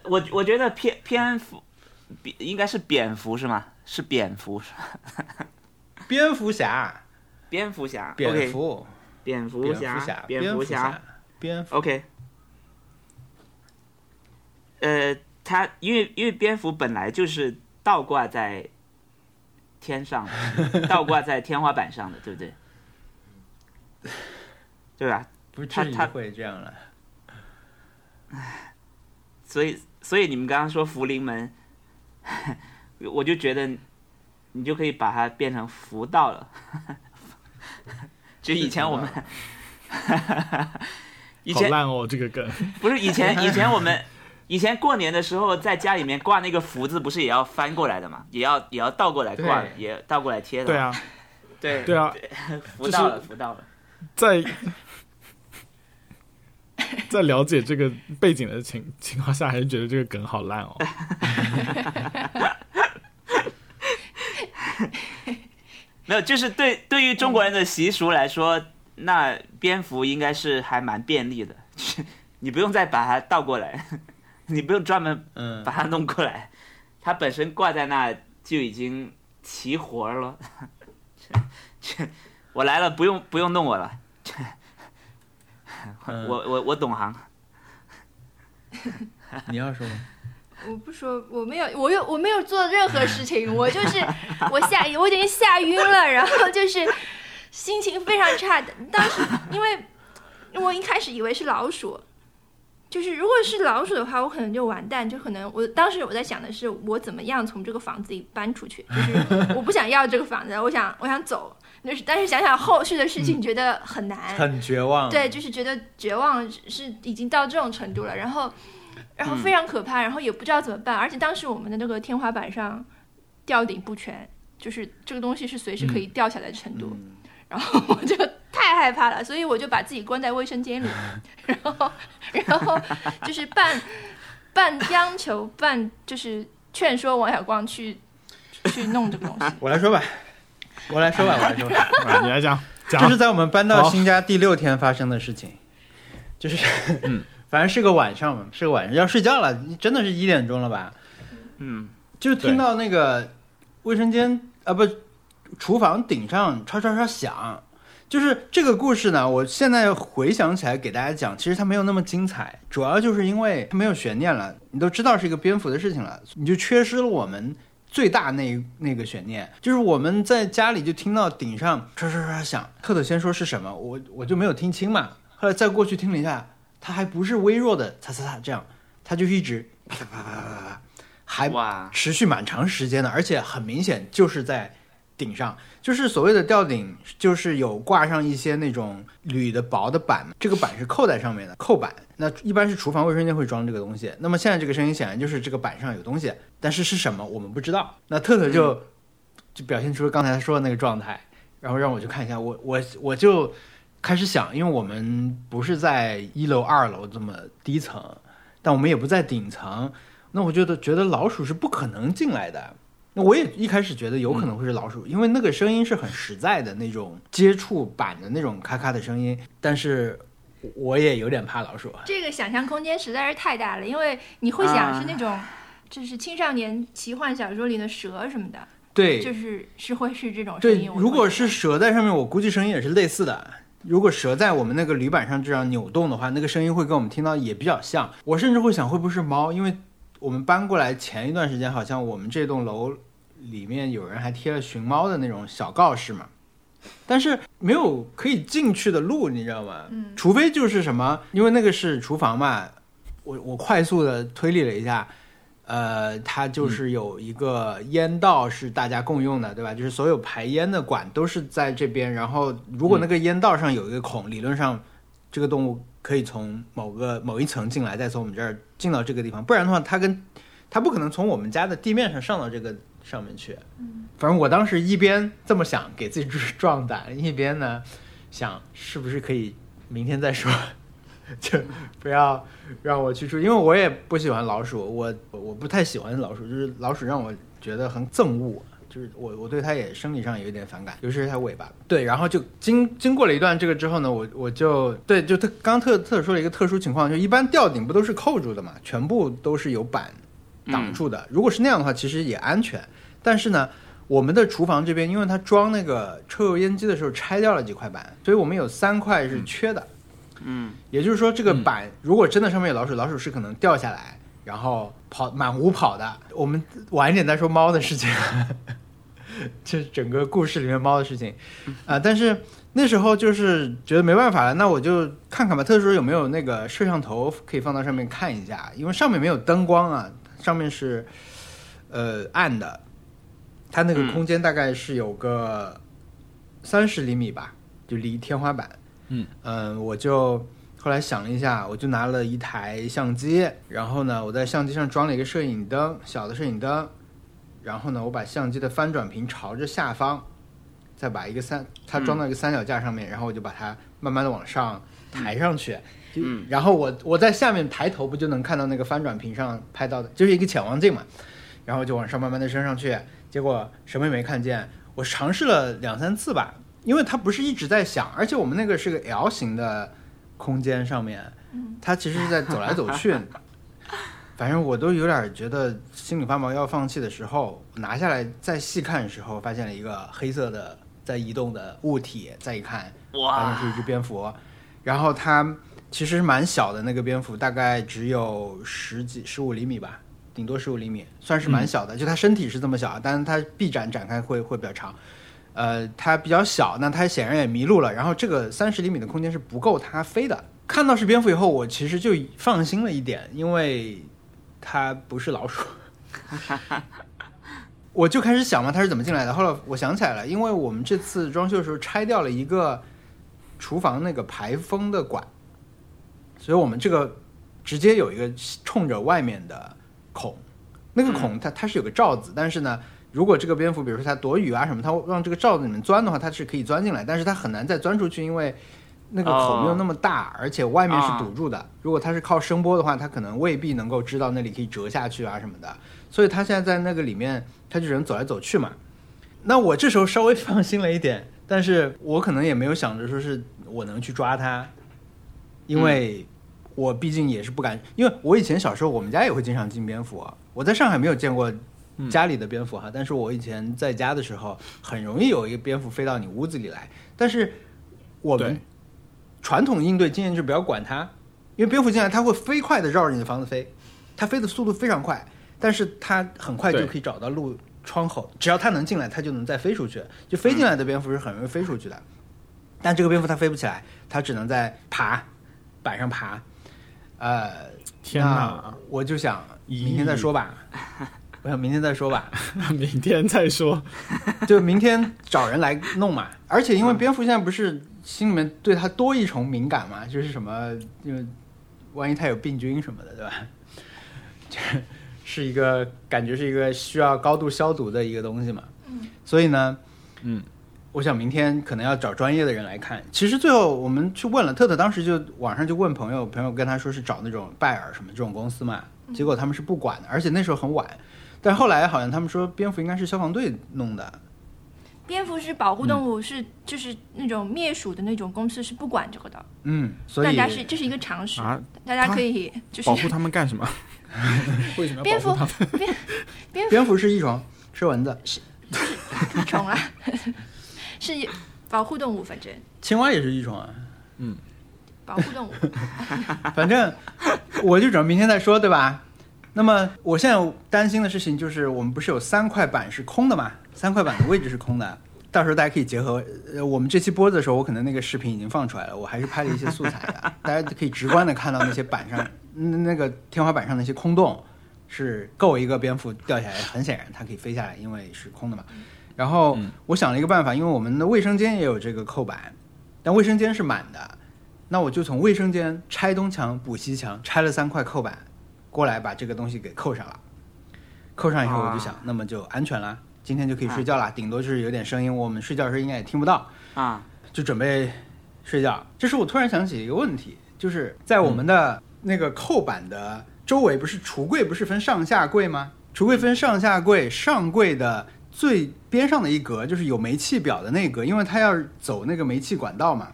Speaker 4: 我，我觉得蝙蝙蝠，比应该是蝙蝠是吗？是蝙蝠，是吧
Speaker 2: 蝙蝠侠，
Speaker 4: 蝙蝠侠，
Speaker 2: 蝙
Speaker 4: o k
Speaker 2: 蝠，
Speaker 4: 蝙蝠
Speaker 2: 蝙
Speaker 4: 侠
Speaker 2: 侠，，
Speaker 4: 蝙蝠
Speaker 2: 蝠
Speaker 4: 侠，，
Speaker 2: 蝙蝠，
Speaker 4: OK，呃，他因为因为蝙蝠本来就是倒挂在天上的，倒挂在天花板上的，对不对？对吧？
Speaker 2: 不
Speaker 4: 他
Speaker 2: 至于
Speaker 4: 他
Speaker 2: 会这样了。
Speaker 4: 所以所以你们刚刚说福临门， 我就觉得你就可以把它变成福到了。 就以前我们， 以
Speaker 3: 好
Speaker 4: 前
Speaker 3: 烂哦，这个梗。
Speaker 4: 不是以前以前我们以前过年的时候在家里面挂那个福字，不是也要翻过来的嘛？也要也要倒过来挂，
Speaker 2: 对
Speaker 4: 也倒过来贴的。
Speaker 3: 对，啊，
Speaker 4: 对
Speaker 3: 对，啊，
Speaker 4: 福到了，福到了。
Speaker 3: 在在了解这个背景的情情况下，还是觉得这个梗好烂哦。
Speaker 4: 没有，就是对对于中国人的习俗来说，那蝙蝠应该是还蛮便利的，就是你不用再把它倒过来， 你不用专门
Speaker 2: 嗯
Speaker 4: 把，它弄过来，它本身挂在那就已经齐活了。 这这，我来了，不用不用弄我了，这
Speaker 2: 嗯
Speaker 4: 我我我懂行。
Speaker 2: 嗯你要说吗？
Speaker 1: 我不说，我没有，我又我没有做任何事情，我就是我吓，我已经吓晕了，然后就是心情非常差。当时因为我一开始以为是老鼠，就是如果是老鼠的话，我可能就完蛋，就可能我当时我在想的是，我怎么样从这个房子里搬出去，就是我不想要这个房子，我想我想走。就是但是想想后续的事情，觉得很难，
Speaker 2: 很绝望。
Speaker 1: 哎对，，就是觉得绝望是是已经到这种程度了，然后，然后
Speaker 4: 嗯
Speaker 1: 非常可怕，然后也不知道怎么办，而且当时我们的那个天花板上吊顶不全，就是这个东西是随时可以掉下来的程度，
Speaker 2: 嗯
Speaker 1: 然后我就太害怕了，所以我就把自己关在卫生间里，然后，然后就是半半央求半就是劝说王小光去去弄这个东西。
Speaker 2: 我来说吧，我来说 吧，我来说吧。
Speaker 3: 啊你来讲讲
Speaker 2: 这是在我们搬到
Speaker 3: 好
Speaker 2: 新家第六天发生的事情，就是， 反正是个晚上嘛，是个晚上要睡觉了，你真的是一点钟了吧？
Speaker 4: 嗯，
Speaker 2: 就听到那个卫生间啊不，厨房顶上唰唰唰响。就是这个故事呢，我现在回想起来给大家讲，其实它没有那么精彩，主要就是因为它没有悬念了，你都知道是一个蝙蝠的事情了，你就缺失了我们最大那一那个悬念，就是我们在家里就听到顶上唰唰唰响。特特先说是什么，我我就没有听清嘛，后来再过去听了一下，它还不是微弱的擦擦擦这样，它就一直啪啪啪啪啪啪，还
Speaker 4: 哇，
Speaker 2: 持续蛮长时间的，而且很明显就是在顶上，就是所谓的吊顶，就是有挂上一些那种铝的薄的板，这个板是扣在上面的，扣板。那一般是厨房卫生间会装这个东西。那么现在这个声音显然就是这个板上有东西，但是是什么我们不知道。那特特就、就表现出刚才说的那个状态，然后让我去看一下，我我我就开始想，因为我们不是在一楼、二楼这么低层，但我们也不在顶层，那我觉得觉得老鼠是不可能进来的。那我也一开始觉得有可能会是老鼠，因为那个声音是很实在的那种接触板的那种咔咔的声音，但是我也有点怕老鼠。啊
Speaker 1: 这个想象空间实在是太大了，因为你会想是那种就是青少年奇幻小说里的蛇什么的，
Speaker 2: 对，
Speaker 1: 就是是会是这种声
Speaker 2: 对
Speaker 1: 音。，我
Speaker 2: 如果
Speaker 1: 会觉
Speaker 2: 是
Speaker 1: 得
Speaker 2: 蛇在上面，我估计声音也是类似的。如果蛇在我们那个铝板上这样扭动的话，那个声音会跟我们听到也比较像。我甚至会想，会不会是猫？因为我们搬过来前一段时间，好像我们这栋楼里面有人还贴了寻猫的那种小告示嘛，但是没有可以进去的路，你知道吗？
Speaker 1: 嗯
Speaker 2: 除非就是什么，因为那个是厨房嘛，我我快速的推理了一下，呃，它就是有一个烟道是大家共用的，对吧？就是所有排烟的管都是在这边，然后如果那个烟道上有一个孔，理论上这个动物可以从某个某一层进来，再从我们这儿进到这个地方，不然的话，它跟它不可能从我们家的地面上上到这个上面去。反正我当时一边这么想，给自己 壮胆，一边呢想是不是可以明天再说，就 不要让我去住，因为我也不喜欢老鼠，我我不太喜欢老鼠，就是老鼠让我觉得很憎恶。就是我，我对它也生理上有一点反感，尤其是它尾巴。对，然后就经经过了一段这个之后呢，我我就对，就特刚特特说了一个特殊情况，就一般吊顶不都是扣住的嘛，全部都是有板挡住的。如果是那样的话，其实也安全。但是呢，我们的厨房这边，因为它装那个抽油烟机的时候拆掉了几块板，所以我们有三块是缺的。
Speaker 4: 嗯，
Speaker 2: 也就是说，这个板如果真的上面有老鼠，老鼠是可能掉下来，然后跑满屋跑的。我们晚一点再说猫的事情， 这整个故事里面猫的事情
Speaker 4: 嗯
Speaker 2: 啊、但是那时候就是觉得没办法了，那我就看看吧，特殊有没有那个摄像头可以放到上面看一下，因为上面没有灯光啊，上面是呃暗的，它那个
Speaker 4: 嗯
Speaker 2: 空间大概是有个三十厘米吧，就离天花板。
Speaker 3: 嗯
Speaker 2: 嗯，我就后来想了一下，我就拿了一台相机，然后呢，我在相机上装了一个摄影灯，小的摄影灯，然后呢，我把相机的翻转屏朝着下方，再把一个三，它装到一个三脚架上面，然后我就把它慢慢的往上抬上去。就
Speaker 4: 嗯
Speaker 2: 然后我我在下面抬头不就能看到那个翻转屏上拍到的，就是一个潜望镜嘛，然后就往上慢慢的升上去，结果什么也没看见。我尝试了两三次吧，因为它不是一直在响，而且我们那个是个 L 型的空间上面，它其实是在走来走去。反正我都有点觉得心里发毛要放弃的时候，拿下来再细看的时候，发现了一个黑色的在移动的物体，再一看好像
Speaker 4: 哇
Speaker 2: 是一只蝙蝠，然后它其实蛮小的那个蝙蝠，大概只有十几十五厘米吧，顶多十五厘米，算是蛮小的。就它身体是这么小，但是它臂展展开会会比较长。呃，它比较小，那它显然也迷路了。然后这个三十厘米的空间是不够它飞的。看到是蝙蝠以后，我其实就放心了一点，因为它不是老鼠。我就开始想嘛，它是怎么进来的？后来我想起来了，因为我们这次装修的时候拆掉了一个厨房那个排风的管，所以我们这个直接有一个冲着外面的孔，那个孔它它是有个罩子，但是呢，如果这个蝙蝠比如说它躲雨啊什么，它往这个罩子里面钻的话，它是可以钻进来，但是它很难再钻出去，因为那个
Speaker 4: 哦
Speaker 2: 孔没有那么大，而且外面是
Speaker 4: 啊
Speaker 2: 堵住的。如果它是靠声波的话，它可能未必能够知道那里可以折下去啊什么的。所以它现在在那个里面，它就人走来走去嘛。那我这时候稍微放心了一点，但是我可能也没有想着说是我能去抓它，因
Speaker 3: 嗯
Speaker 2: 为我毕竟也是不敢，因为我以前小时候我们家也会经常进蝙蝠，啊我在上海没有见过
Speaker 3: 嗯
Speaker 2: 家里的蝙蝠哈，但是我以前在家的时候很容易有一个蝙蝠飞到你屋子里来，但是我们
Speaker 3: 对
Speaker 2: 传统应对经验就是不要管它，因为蝙蝠进来它会飞快的绕着你的房子飞，它飞的速度非常快，但是它很快就
Speaker 3: 对
Speaker 2: 可以找到路窗口，只要它能进来，它就能再飞出去。就飞进来的蝙蝠是很容易飞出去的，但这个蝙蝠它飞不起来，它只能在爬板上爬。呃，
Speaker 3: 天
Speaker 2: 那
Speaker 3: 哪，
Speaker 2: 我就想
Speaker 3: 咦
Speaker 2: 明天再说 吧，我想明天再说吧。
Speaker 3: 明天再说。
Speaker 2: 就明天找人来弄嘛。而且因
Speaker 3: 嗯
Speaker 2: 为蝙蝠现在不是心里面对它多一重敏感嘛，就是什么，因为万一它有病菌什么的，对吧？ 这是一个感觉是一个需要高度消毒的一个东西嘛。嗯。所以呢，
Speaker 3: 嗯，
Speaker 2: 我想明天可能要找专业的人来看。其实最后我们去问了，特特当时就网上就问朋友，朋友跟他说是找那种拜耳什么这种公司嘛，结果他们是不管的，而且那时候很晚。但后来好像他们说蝙蝠应该是消防队弄的，
Speaker 1: 蝙蝠是保护动物，
Speaker 2: 嗯
Speaker 1: 是就是那种灭鼠的那种公司是不管这个的，
Speaker 2: 嗯，所
Speaker 1: 大
Speaker 2: 以
Speaker 1: 家是这是一个常识，
Speaker 3: 啊，
Speaker 1: 大家
Speaker 3: 它
Speaker 1: 可以就
Speaker 3: 保护
Speaker 1: 是
Speaker 3: 他们干什么？为什么要
Speaker 1: 蝙
Speaker 3: 保
Speaker 1: 蝠
Speaker 3: 护他们？
Speaker 2: 蝙蝠是益虫，是蚊子，
Speaker 1: 不虫啊，是保护动物，反正
Speaker 2: 青蛙也是益虫啊。
Speaker 1: 保护动物。
Speaker 2: 反正我就准备明天再说，对吧？那么我现在担心的事情就是，我们不是有三块板是空的嘛？三块板的位置是空的，到时候大家可以结合。呃，我们这期播的时候，我可能那个视频已经放出来了，我还是拍了一些素材的， 大家可以直观的看到那些板上、那那个天花板上那些空洞，是够一个蝙蝠掉下来的。很显然，它可以飞下来，因为是空的嘛。然后
Speaker 3: 嗯
Speaker 2: 我想了一个办法，因为我们的卫生间也有这个扣板，但卫生间是满的，那我就从卫生间拆东墙补西墙，拆了三块扣板，过来把这个东西给扣上了。扣上以后，我就想，那么就安全了，今天就可以睡觉了，顶多就是有点声音，我们睡觉的时候应该也听不到，
Speaker 4: 啊，
Speaker 2: 就准备睡觉。这时我突然想起一个问题，就是在我们的那个扣板的周围，不是橱柜不是分上下柜吗？橱柜分上下柜，上柜的最边上的一格就是有煤气表的那一格，因为它要走那个煤气管道嘛，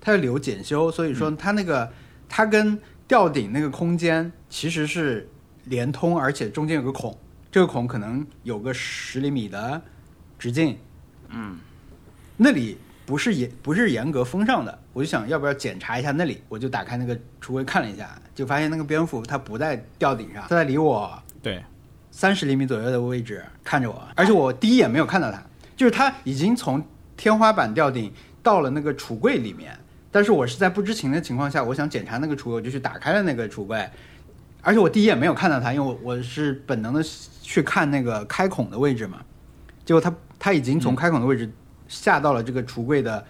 Speaker 2: 它要留检修，所以说它那个、它跟吊顶那个空间其实是连通，而且中间有个孔，这个孔可能有个十厘米的直径，
Speaker 4: 嗯，
Speaker 2: 那里不是严不是严格封上的，我就想要不要检查一下那里，我就打开那个橱柜看了一下，就发现那个蝙蝠它不在吊顶上，它在离我
Speaker 3: 对，
Speaker 2: 三十厘米左右的位置看着我，而且我第一眼没有看到它，就是它已经从天花板吊顶到了那个橱柜里面，但是我是在不知情的情况下，我想检查那个橱柜，我就去打开了那个橱柜，而且我第一眼没有看到它，因为我我是本能的去看那个开孔的位置嘛，结果它它已经从开孔的位置下到了这个橱柜的、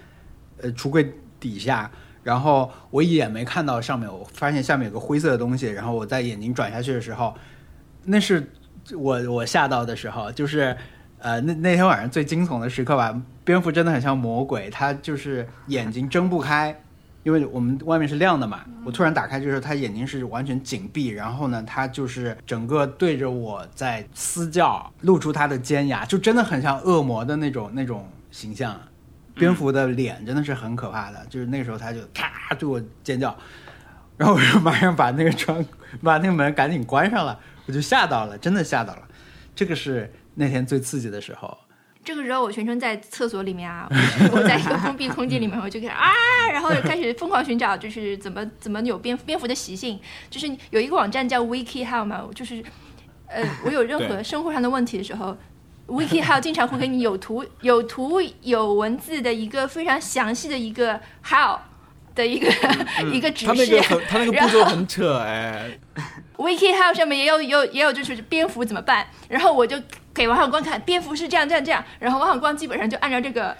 Speaker 2: 呃橱柜底下。然后我一眼没看到上面，我发现下面有个灰色的东西。然后我在眼睛转下去的时候，那是我我吓到的时候，就是呃那那天晚上最惊悚的时刻吧。蝙蝠真的很像魔鬼，它就是眼睛睁不开，因为我们外面是亮的嘛。我突然打开就是它眼睛是完全紧闭，然后呢，它就是整个对着我在嘶叫，露出它的尖牙，就真的很像恶魔的那种那种形象。蝙蝠的脸真的是很可怕的，就是那个时候它就啪对我尖叫，然后我就马上把那个窗把那个门赶紧关上了，我就吓到了，真的吓到了。这个是那天最刺激的时候，
Speaker 1: 这个时候我全程在厕所里面啊，我我在一个封闭空间里面，我就开始啊，然后开始疯狂寻找，就是怎么怎么有蝙蝠蝙蝠的习性，就是有一个网站叫 WikiHow 嘛，就是呃，我有任何
Speaker 3: 对
Speaker 1: 生活上的问题的时候。WikiHow 经常会给你有图、有图、有文字的一个非常详细的一个 how 的一个、 一个指
Speaker 3: 他嗯那
Speaker 1: 示
Speaker 3: 个，很，他那个步骤很扯哎，
Speaker 1: Wiki 还有上面也有也有也有就是蝙蝠怎么办，然后我就给王小光看，蝙蝠是这样这样这样，然后王小光基本上就按照这个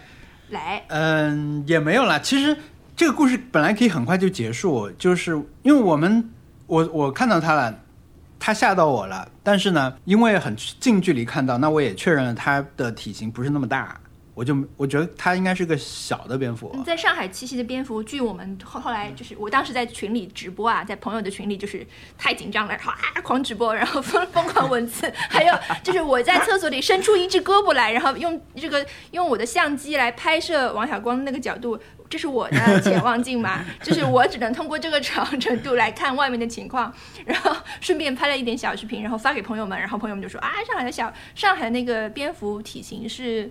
Speaker 1: 来，
Speaker 2: 嗯，也没有啦。其实这个故事本来可以很快就结束，就是因为我们我我看到他了，他吓到我了。但是呢，因为很近距离看到，那我也确认了他的体型不是那么大，我就我觉得他应该是个小的蝙蝠。
Speaker 1: 嗯在上海栖息的蝙蝠，据我们后后来就是我当时在群里直播啊，在朋友的群里就是太紧张了，然后啊狂直播，然后疯疯狂文字，还有就是我在厕所里伸出一只胳膊来，然后用这个用我的相机来拍摄王小光的那个角度。这是我的潜望镜嘛， 就是我只能通过这个长程度来看外面的情况，然后顺便拍了一点小视频，然后发给朋友们，然后朋友们就说啊，上海的小上海那个蝙蝠体型是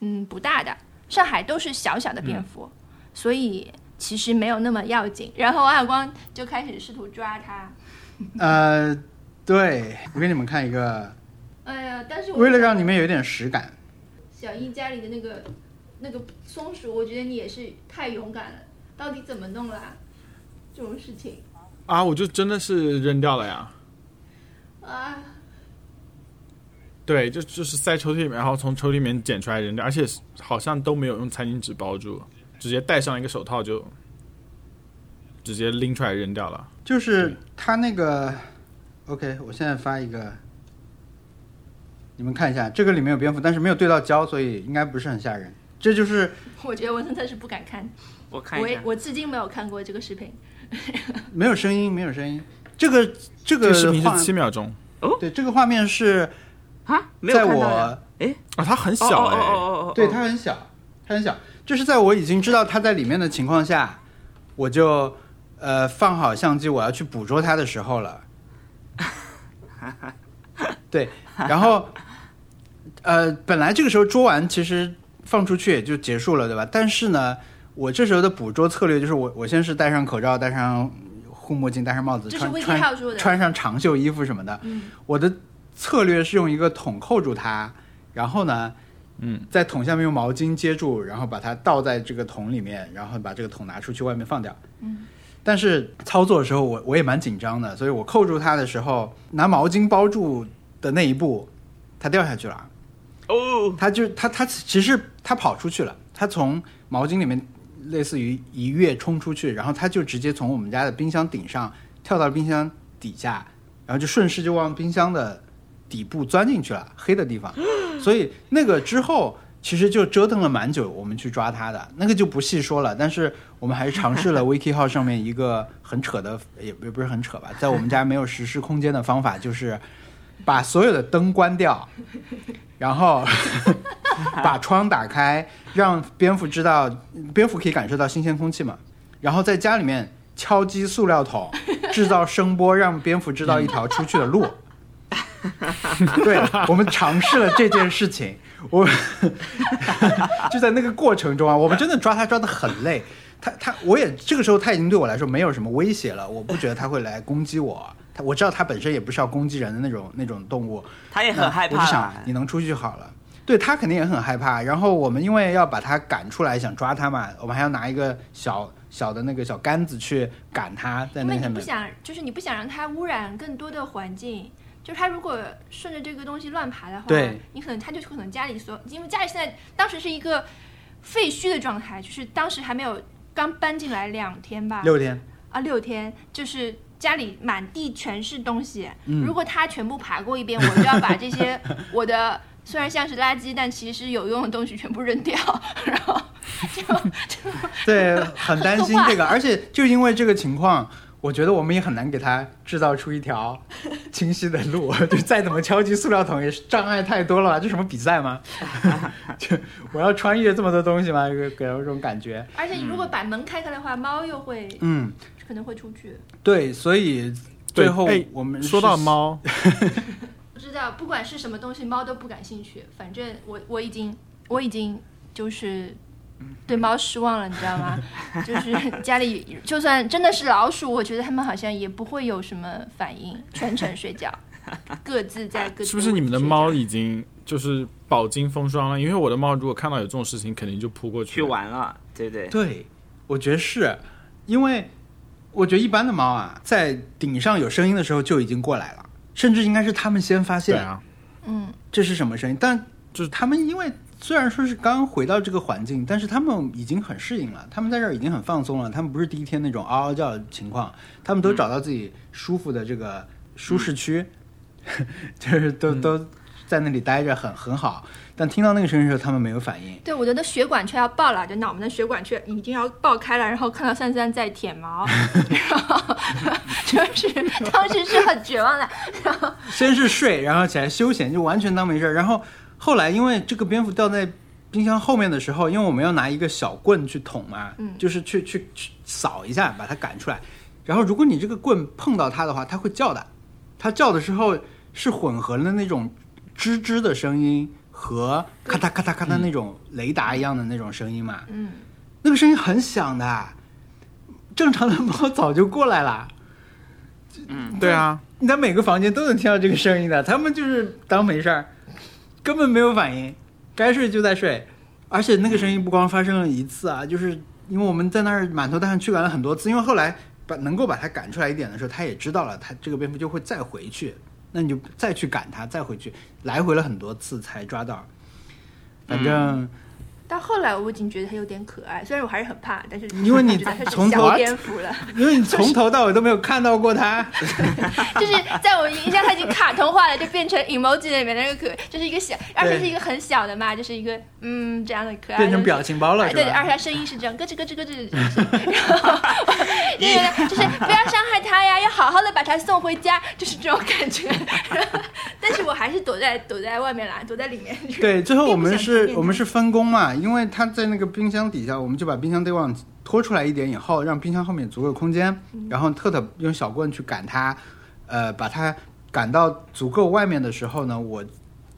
Speaker 1: 嗯不大的，上海都是小小的
Speaker 2: 嗯
Speaker 1: 蝙蝠，所以其实没有那么要紧。然后王小光就开始试图抓它，
Speaker 2: 呃，对我给你们看一个，
Speaker 1: 哎呀，但是我
Speaker 2: 为了让你们有一点实感，
Speaker 1: 小易家里的那个那个松鼠，我觉得你也是太勇敢了，到底怎么弄啦、这种事情
Speaker 3: 啊，我就真的是扔掉了呀。
Speaker 1: 啊，
Speaker 3: 对，就就是塞抽屉里面，然后从抽屉里面捡出来扔掉，而且好像都没有用餐巾纸包住，直接戴上一个手套就直接拎出来扔掉了。
Speaker 2: 就是他那个，OK，我现在发一个，你们看一下，这个里面有蝙蝠，但是没有对到焦，所以应该不是很吓人。这就是
Speaker 1: 我觉得我真的是不敢看，
Speaker 4: 我看
Speaker 1: 我
Speaker 4: 一
Speaker 1: 也
Speaker 4: 下，
Speaker 1: 我至今没有看过这个视频。
Speaker 2: 没有声音，没有声音。这个这
Speaker 3: 这
Speaker 2: 个
Speaker 3: 个视频
Speaker 2: 画
Speaker 3: 是七秒钟，
Speaker 2: 对这个画面是
Speaker 4: 啊，没有
Speaker 2: 在
Speaker 4: 看到呀
Speaker 2: 我
Speaker 3: 啊，它很小哎、
Speaker 4: 哦哦哦哦哦，
Speaker 2: 对，它很小，它很小，就是在我已经知道它在里面的情况下，我就呃放好相机，我要去捕捉它的时候了。 对， 然后呃，本来这个时候捉完，其实放出去也就结束了，对吧？但是呢，我这时候的捕捉策略就是我，我先是戴上口罩，戴上护目镜，戴上帽子，
Speaker 1: 这是
Speaker 2: 穿
Speaker 1: Vicky
Speaker 2: 穿
Speaker 1: House 说的
Speaker 2: 穿上长袖衣服什么的。
Speaker 1: 嗯
Speaker 2: 我的策略是用一个桶扣住它，然后呢，
Speaker 3: 嗯，
Speaker 2: 在桶下面用毛巾接住，然后把它倒在这个桶里面，然后把这个桶拿出去外面放掉。
Speaker 1: 嗯，
Speaker 2: 但是操作的时候我我也蛮紧张的，所以我扣住它的时候，拿毛巾包住的那一步，它掉下去了。
Speaker 3: 哎
Speaker 4: 哦，
Speaker 2: 它就它它其实它跑出去了，它从毛巾里面类似于一跃冲出去，然后它就直接从我们家的冰箱顶上跳到冰箱底下，然后就顺势就往冰箱的底部钻进去了，黑的地方。所以那个之后其实就折腾了蛮久，我们去抓它的那个就不细说了。但是我们还是尝试了 Wiki 号上面一个很扯的，也也不是很扯吧，在我们家没有实施空间的方法，就是把所有的灯关掉，然后把窗打开，让蝙蝠知道，蝙蝠可以感受到新鲜空气嘛。然后在家里面敲击塑料桶，制造声波，让蝙蝠知道一条出去的路。 对，我们尝试了这件事情，我 就在那个过程中啊，我们真的抓它抓得很累。它它，我也这个时候它已经对我来说没有什么威胁了，我不觉得它会来攻击我。它我知道它本身也不是要攻击人的那种那种动物，
Speaker 4: 他也
Speaker 2: 那
Speaker 4: 很害
Speaker 2: 嗯我
Speaker 4: 怕
Speaker 2: 就想
Speaker 4: 啦
Speaker 2: 你能出去就好了。对他肯定也很害怕，然后我们因为要把他赶出来，想抓他嘛，我们还要拿一个小小的那个小杆子去赶他，在
Speaker 1: 因
Speaker 2: 那
Speaker 1: 为
Speaker 2: 下
Speaker 1: 你不
Speaker 2: 面。
Speaker 1: 想，就是你不想让它污染更多的环境。就是它如果顺着这个东西乱爬的话
Speaker 2: 对，
Speaker 1: 你可能它就可能家里所，因为家里现在当时是一个废墟的状态，就是当时还没有刚搬进来两天吧，
Speaker 2: 六天，
Speaker 1: 啊六天，就是家里满地全是东西。
Speaker 2: 嗯
Speaker 1: 如果它全部爬过一遍，我就要把这 些我的虽然像是垃圾，但其实有用的东西全部扔掉，然后 就就
Speaker 2: 对，很担心这个，而且就因为这个情况，我觉得我们也很难给他制造出一条清晰的路。就再怎么敲击塑料桶，也是障碍太多了吧？这什么比赛吗？就我要穿越这么多东西吗？给给人这种感觉。
Speaker 1: 而且如果把门开开的话，猫又会
Speaker 2: 嗯，
Speaker 1: 可能会出去。
Speaker 2: 对，所以
Speaker 3: 对
Speaker 2: 最后
Speaker 3: 哎
Speaker 2: 我们
Speaker 3: 说
Speaker 2: 是
Speaker 3: 到猫，
Speaker 1: 不知道，不管是什么东西，猫都不感兴趣。反正我我已经我已经就是
Speaker 3: 嗯
Speaker 1: 对猫失望了，你知道吗？ 就是家里就算真的是老鼠，我觉得它们好像也不会有什么反应，全程睡觉，各自在各自。
Speaker 3: 是不是你们的猫？已经就是饱经风霜了？因为我的猫如果看到有这种事情，肯定就扑过去
Speaker 4: 去
Speaker 3: 了。
Speaker 4: 玩了，对不对？
Speaker 2: 对，我觉得是因为我觉得一般的猫啊，在顶上有声音的时候就已经过来了，甚至应该是它们先发
Speaker 3: 对
Speaker 2: 现
Speaker 3: 啊，
Speaker 1: 嗯，
Speaker 2: 这是什么声音，但就是它们因为。虽然说是刚回到这个环境，但是它们已经很适应了，它们在这儿已经很放松了，它们不是第一天那种嗷嗷叫的情况，它们都找到自己舒服的这个舒适区， 就是都、都在那里待着很很好。但听到那个声音的时候，它们没有反应，
Speaker 1: 对，我觉得血管却要爆了，就脑门的血管却已经要爆开了，然后看到三三在舔毛， 然后 就是当时是很绝望的。
Speaker 2: 先是睡，然后起来休闲，就完全当没事儿。然后后来因为这个蝙蝠掉在冰箱后面的时候，因为我们要拿一个小棍去捅嘛，
Speaker 1: 嗯
Speaker 2: 就是去去去扫一下，把它赶出来。然后如果你这个棍碰到它的话，它会叫的。它叫的时候是混合了那种吱吱的声音和咔嗒咔嗒咔嗒
Speaker 3: 嗯
Speaker 2: 那种雷达一样的那种声音嘛。
Speaker 1: 嗯，
Speaker 2: 那个声音很响的，正常的猫早就过来了。
Speaker 4: 嗯，
Speaker 3: 对啊，
Speaker 2: 你在每个房间都能听到这个声音的，他们就是当没事儿，根本没有反应，该睡就在睡。而且那个声音不光发生了一次啊，就是因为我们在那儿满头大汗驱赶了很多次，因为后来把能够把它赶出来一点的时候，它也知道了，它这个蝙蝠就会再回去， 那你就再
Speaker 1: 嗯
Speaker 2: 去赶它，再回去，来回了很多次才抓到。反正
Speaker 1: 到后来我已经觉得他有点可爱，虽然我还是很怕，但是
Speaker 2: 因为你
Speaker 1: 我 觉得他是
Speaker 2: 从头
Speaker 1: 小蝙蝠了，
Speaker 2: 因为你从头到尾都没有看到 过他，
Speaker 1: 就是在我印象他已经卡通化了，就变成 emoji 里面的那个可，就是一个小，而且是一个很小的嘛，就是一个嗯这样的可爱，
Speaker 2: 变成表情包了
Speaker 1: 哎
Speaker 2: 是
Speaker 1: 对，而
Speaker 2: 吧？
Speaker 1: 且他声音是这样咯吱咯吱咯吱，然后 就有点就是不要伤害他呀，要好好的把他送回家，就是这种感觉。 但是我还是躲在躲在外面啦，躲在里面。
Speaker 2: 对，最后我
Speaker 1: 并不
Speaker 2: 们
Speaker 1: 想
Speaker 2: 是
Speaker 1: 见他
Speaker 2: 我们是分工嘛，因为他在那个冰箱底下，我们就把冰箱对望拖出来一点以后，让冰箱后面有足够的空间，
Speaker 1: 嗯
Speaker 2: 然后特特用小棍去赶他，呃，把他赶到足够外面的时候呢，我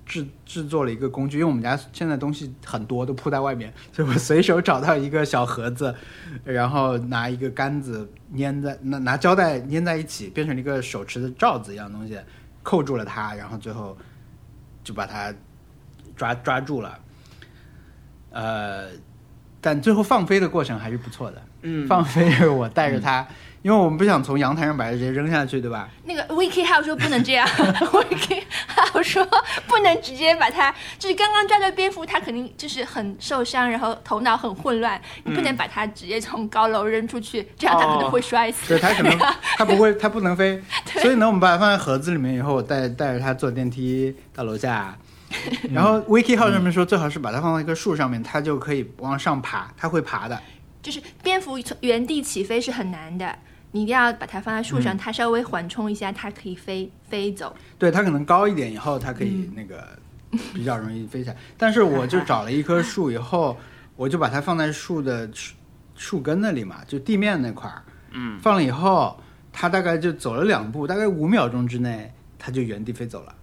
Speaker 2: 制制作了一个工具，因为我们家现在东西很多，都铺在外面，所以我随手找到一个小盒子，然后拿一个杆子粘在拿拿胶带粘在一起，变成了一个手持的罩子一样的东西，扣住了它，然后最后就把它抓抓住了。呃，但最后放飞的过程还是不错的。
Speaker 4: 嗯，
Speaker 2: 放飞是我带着它，因为我们不想从阳台上把它直接扔下去，对吧？
Speaker 1: 那个 Wiki 号说不能这样，Wiki 号说不能直接把它，就是刚刚抓到蝙蝠，它肯定就是很受伤，然后头脑很混乱，你不
Speaker 2: 嗯
Speaker 1: 能把它直接从高楼扔出去，这样它可能会摔死。
Speaker 2: 哦对，它可能它不会，它不能飞，所以呢，我们把它放在盒子里面以后，我带带着它坐电梯到楼下。然后 Wiki 号上面说，最好是把它放到一棵树上面，它就可以往上爬，它会爬的。
Speaker 1: 就是蝙蝠从原地起飞是很难的，你一定要把它放在树
Speaker 2: 嗯
Speaker 1: 上，它稍微缓冲一下，它可以飞飞走。
Speaker 2: 对，它可能高一点以后，它可
Speaker 1: 嗯
Speaker 2: 以那个比较容易飞起来。但是我就找了一棵树以后，我就把它放在树的树树根那里嘛，就地面那块儿。
Speaker 4: 嗯，
Speaker 2: 放了以后，它大概就走了两步，大概五秒钟之内，它就原地飞走了。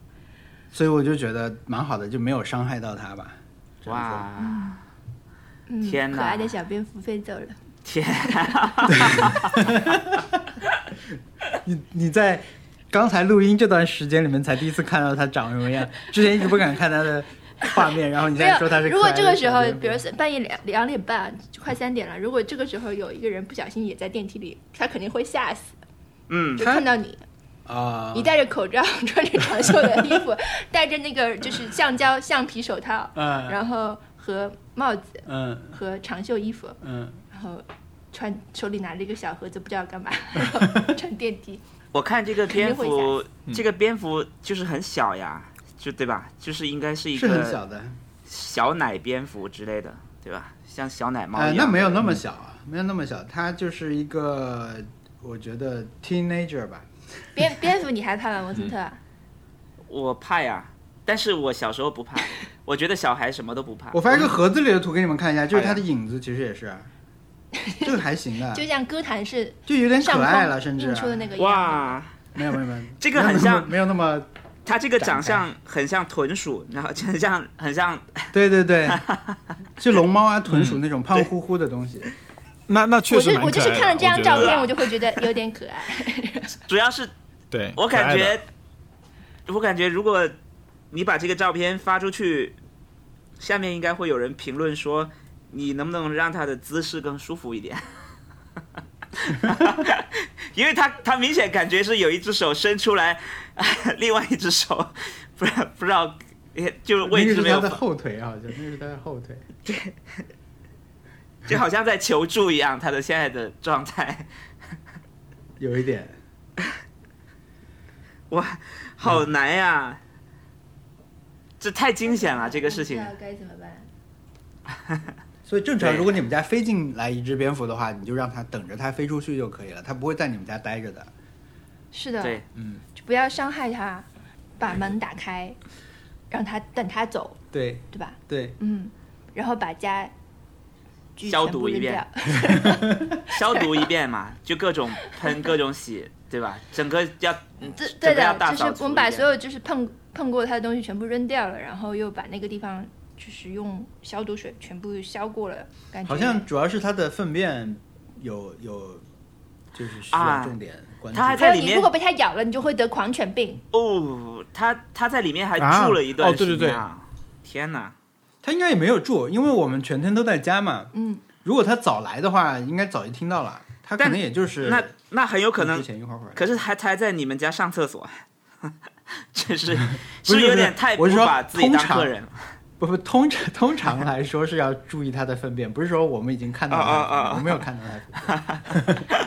Speaker 2: 所以我就觉得蛮好的，就没有伤害到它吧。这样说，
Speaker 4: 哇，
Speaker 1: 嗯，
Speaker 4: 天哪
Speaker 1: 可爱的小蝙蝠飞走了。
Speaker 4: 天，
Speaker 2: 你你在刚才录音这段时间里面才第一次看到它长什么样，之前一直不敢看它的画面，然后你
Speaker 1: 没
Speaker 2: 现在
Speaker 1: 有
Speaker 2: 说它是可爱的
Speaker 1: 如果这个时候
Speaker 2: 小蝙，蝠
Speaker 1: 比如说半夜两两点半，就快三点了，如果这个时候有一个人不小心也在电梯里，他肯定会吓死，
Speaker 4: 嗯
Speaker 1: 就
Speaker 2: 他
Speaker 1: 看到你，
Speaker 2: 啊，
Speaker 1: 你戴着口罩， 穿着长袖的衣服，戴着那个就是橡胶橡皮手套，
Speaker 2: 嗯
Speaker 1: 然后和帽子
Speaker 2: 嗯
Speaker 1: 和长袖衣服，
Speaker 2: 嗯，
Speaker 1: 然后穿手里拿着一个小盒子，不知道干嘛，然 后乘电梯。
Speaker 4: 我看这个蝙
Speaker 1: 肯定
Speaker 4: 蝠，这个蝙蝠就是很小呀，就对吧？就是应该是一
Speaker 2: 是很小
Speaker 4: 个
Speaker 2: 的，
Speaker 4: 小奶蝙蝠之类的，对吧？像小奶猫
Speaker 2: 呃，
Speaker 4: 一
Speaker 2: 那
Speaker 4: 样。
Speaker 2: 没有那么小啊，没有那么小，它就是一个，我觉得 teenager 吧，
Speaker 1: 蝙蝙蝠你害怕吗，
Speaker 2: 嗯
Speaker 1: 文森特？啊
Speaker 4: 我怕呀，但是我小时 候不怕，我觉得小孩什么都不怕。
Speaker 2: 我发一个盒子里的图给你们看一下，就是
Speaker 4: 哎呀
Speaker 2: 它的影子其实也 是，这个还行的，
Speaker 1: 就像歌坛是
Speaker 2: 就有点
Speaker 1: 上
Speaker 2: 可爱了，
Speaker 1: 空
Speaker 2: 甚至啊
Speaker 1: 映出的那个样子。
Speaker 4: 哇，
Speaker 2: 没有没有 没有，
Speaker 4: 这个很像
Speaker 2: 没有那么，没有
Speaker 4: 它这个长相很像豚鼠，然后就 很像很像
Speaker 2: 那么对对 对，就龙猫啊、豚鼠那种胖乎乎的东西，
Speaker 3: 那那确
Speaker 1: 我
Speaker 3: 实
Speaker 1: 就
Speaker 3: 蛮可爱的。
Speaker 1: 我就是看了这张
Speaker 3: 我觉
Speaker 1: 照
Speaker 3: 得
Speaker 1: 片，我就会觉得有点可 爱。
Speaker 4: 主要是
Speaker 3: 对，
Speaker 4: 我感
Speaker 3: 可爱
Speaker 4: 觉
Speaker 3: 的，
Speaker 4: 我感觉如果你把这个照片发出去，下面应该会有人评论说，你能不能让他的姿势更舒服一点？ 因为他他明显感觉是有一只手伸出来，啊另外一只手不知道不知道，就是
Speaker 2: 那
Speaker 4: 位
Speaker 2: 个
Speaker 4: 置
Speaker 2: 是
Speaker 4: 没
Speaker 2: 它
Speaker 4: 有
Speaker 2: 的，后腿，啊好像那个是它的后腿，
Speaker 4: 就好像在求助一样，他的现在的状态，
Speaker 2: 有一点，
Speaker 4: 哇，好难呀、这太惊险了，这个事情
Speaker 1: 不知道该怎么办。
Speaker 2: 所以正常，
Speaker 4: 对
Speaker 2: 如果你们家飞进来一只蝙蝠的话，你就让它等着它飞出去就可以了，它不会在你们家待着的。
Speaker 1: 是的，
Speaker 4: 对，
Speaker 2: 嗯，
Speaker 1: 就不要伤害他，把门打开，让他等他走，
Speaker 2: 对
Speaker 1: 对吧？
Speaker 2: 对，
Speaker 1: 嗯，然后把家具
Speaker 4: 消
Speaker 1: 全部
Speaker 4: 毒一
Speaker 1: 扔
Speaker 4: 遍
Speaker 1: 掉。
Speaker 4: 消毒一遍嘛，就各种喷，各种洗，对吧？整个要嗯
Speaker 1: 对
Speaker 4: 整
Speaker 1: 对
Speaker 4: 个要
Speaker 1: 的，就
Speaker 4: 大
Speaker 1: 是
Speaker 4: 扫除
Speaker 1: 我
Speaker 4: 一
Speaker 1: 们把
Speaker 4: 遍
Speaker 1: 所有就是碰碰过它的东西全部扔掉了，然后又把那个地方就是用消毒水全部消过了，感觉
Speaker 2: 好像主要是它的粪便有有，就是需要
Speaker 4: 啊
Speaker 2: 重点关注。
Speaker 4: 它还
Speaker 1: 还有
Speaker 4: 在里
Speaker 1: 你
Speaker 4: 面
Speaker 1: 如果被它咬了，你就会得狂犬病。
Speaker 4: 哦，他他在里面还
Speaker 2: 啊
Speaker 4: 住了一段
Speaker 3: 哦对对
Speaker 4: 时间啊！天哪，
Speaker 2: 它应该也没有住，因为我们全天都在家嘛。
Speaker 1: 嗯，
Speaker 2: 如果它早来的话，应该早就听到了。它可
Speaker 4: 但
Speaker 2: 能也就是嗯
Speaker 4: 那那很有可能
Speaker 2: 之，前一会儿会儿。
Speaker 4: 可是还他还在你们家上 厕所，这是啊
Speaker 2: 不是
Speaker 4: 有
Speaker 2: 不是
Speaker 4: 点太
Speaker 2: 我是
Speaker 4: 不
Speaker 2: 说
Speaker 4: 把自己
Speaker 2: 通
Speaker 4: 当
Speaker 2: 常
Speaker 4: 客人了。
Speaker 2: 不不，通常通常来说是要注意它的粪便，不是说我们已经看到它的粪便，
Speaker 4: 啊啊啊
Speaker 2: 我没有看到它的粪便。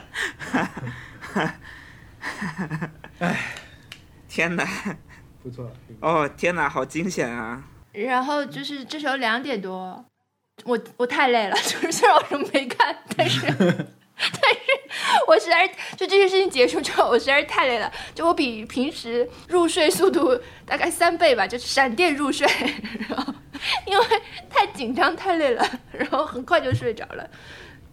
Speaker 4: 天哪，
Speaker 2: 不错，这个
Speaker 4: 哦天哪，好惊险啊！
Speaker 1: 然后就是这时候两点多，我我太累了，就是虽然我什么没看，但是但是我实在是就这些事情结束之后，我实在是太累了，就我比平时入睡速度大概三倍吧，就是闪电入睡，然后因为太紧张太累了，然后很快就睡着了。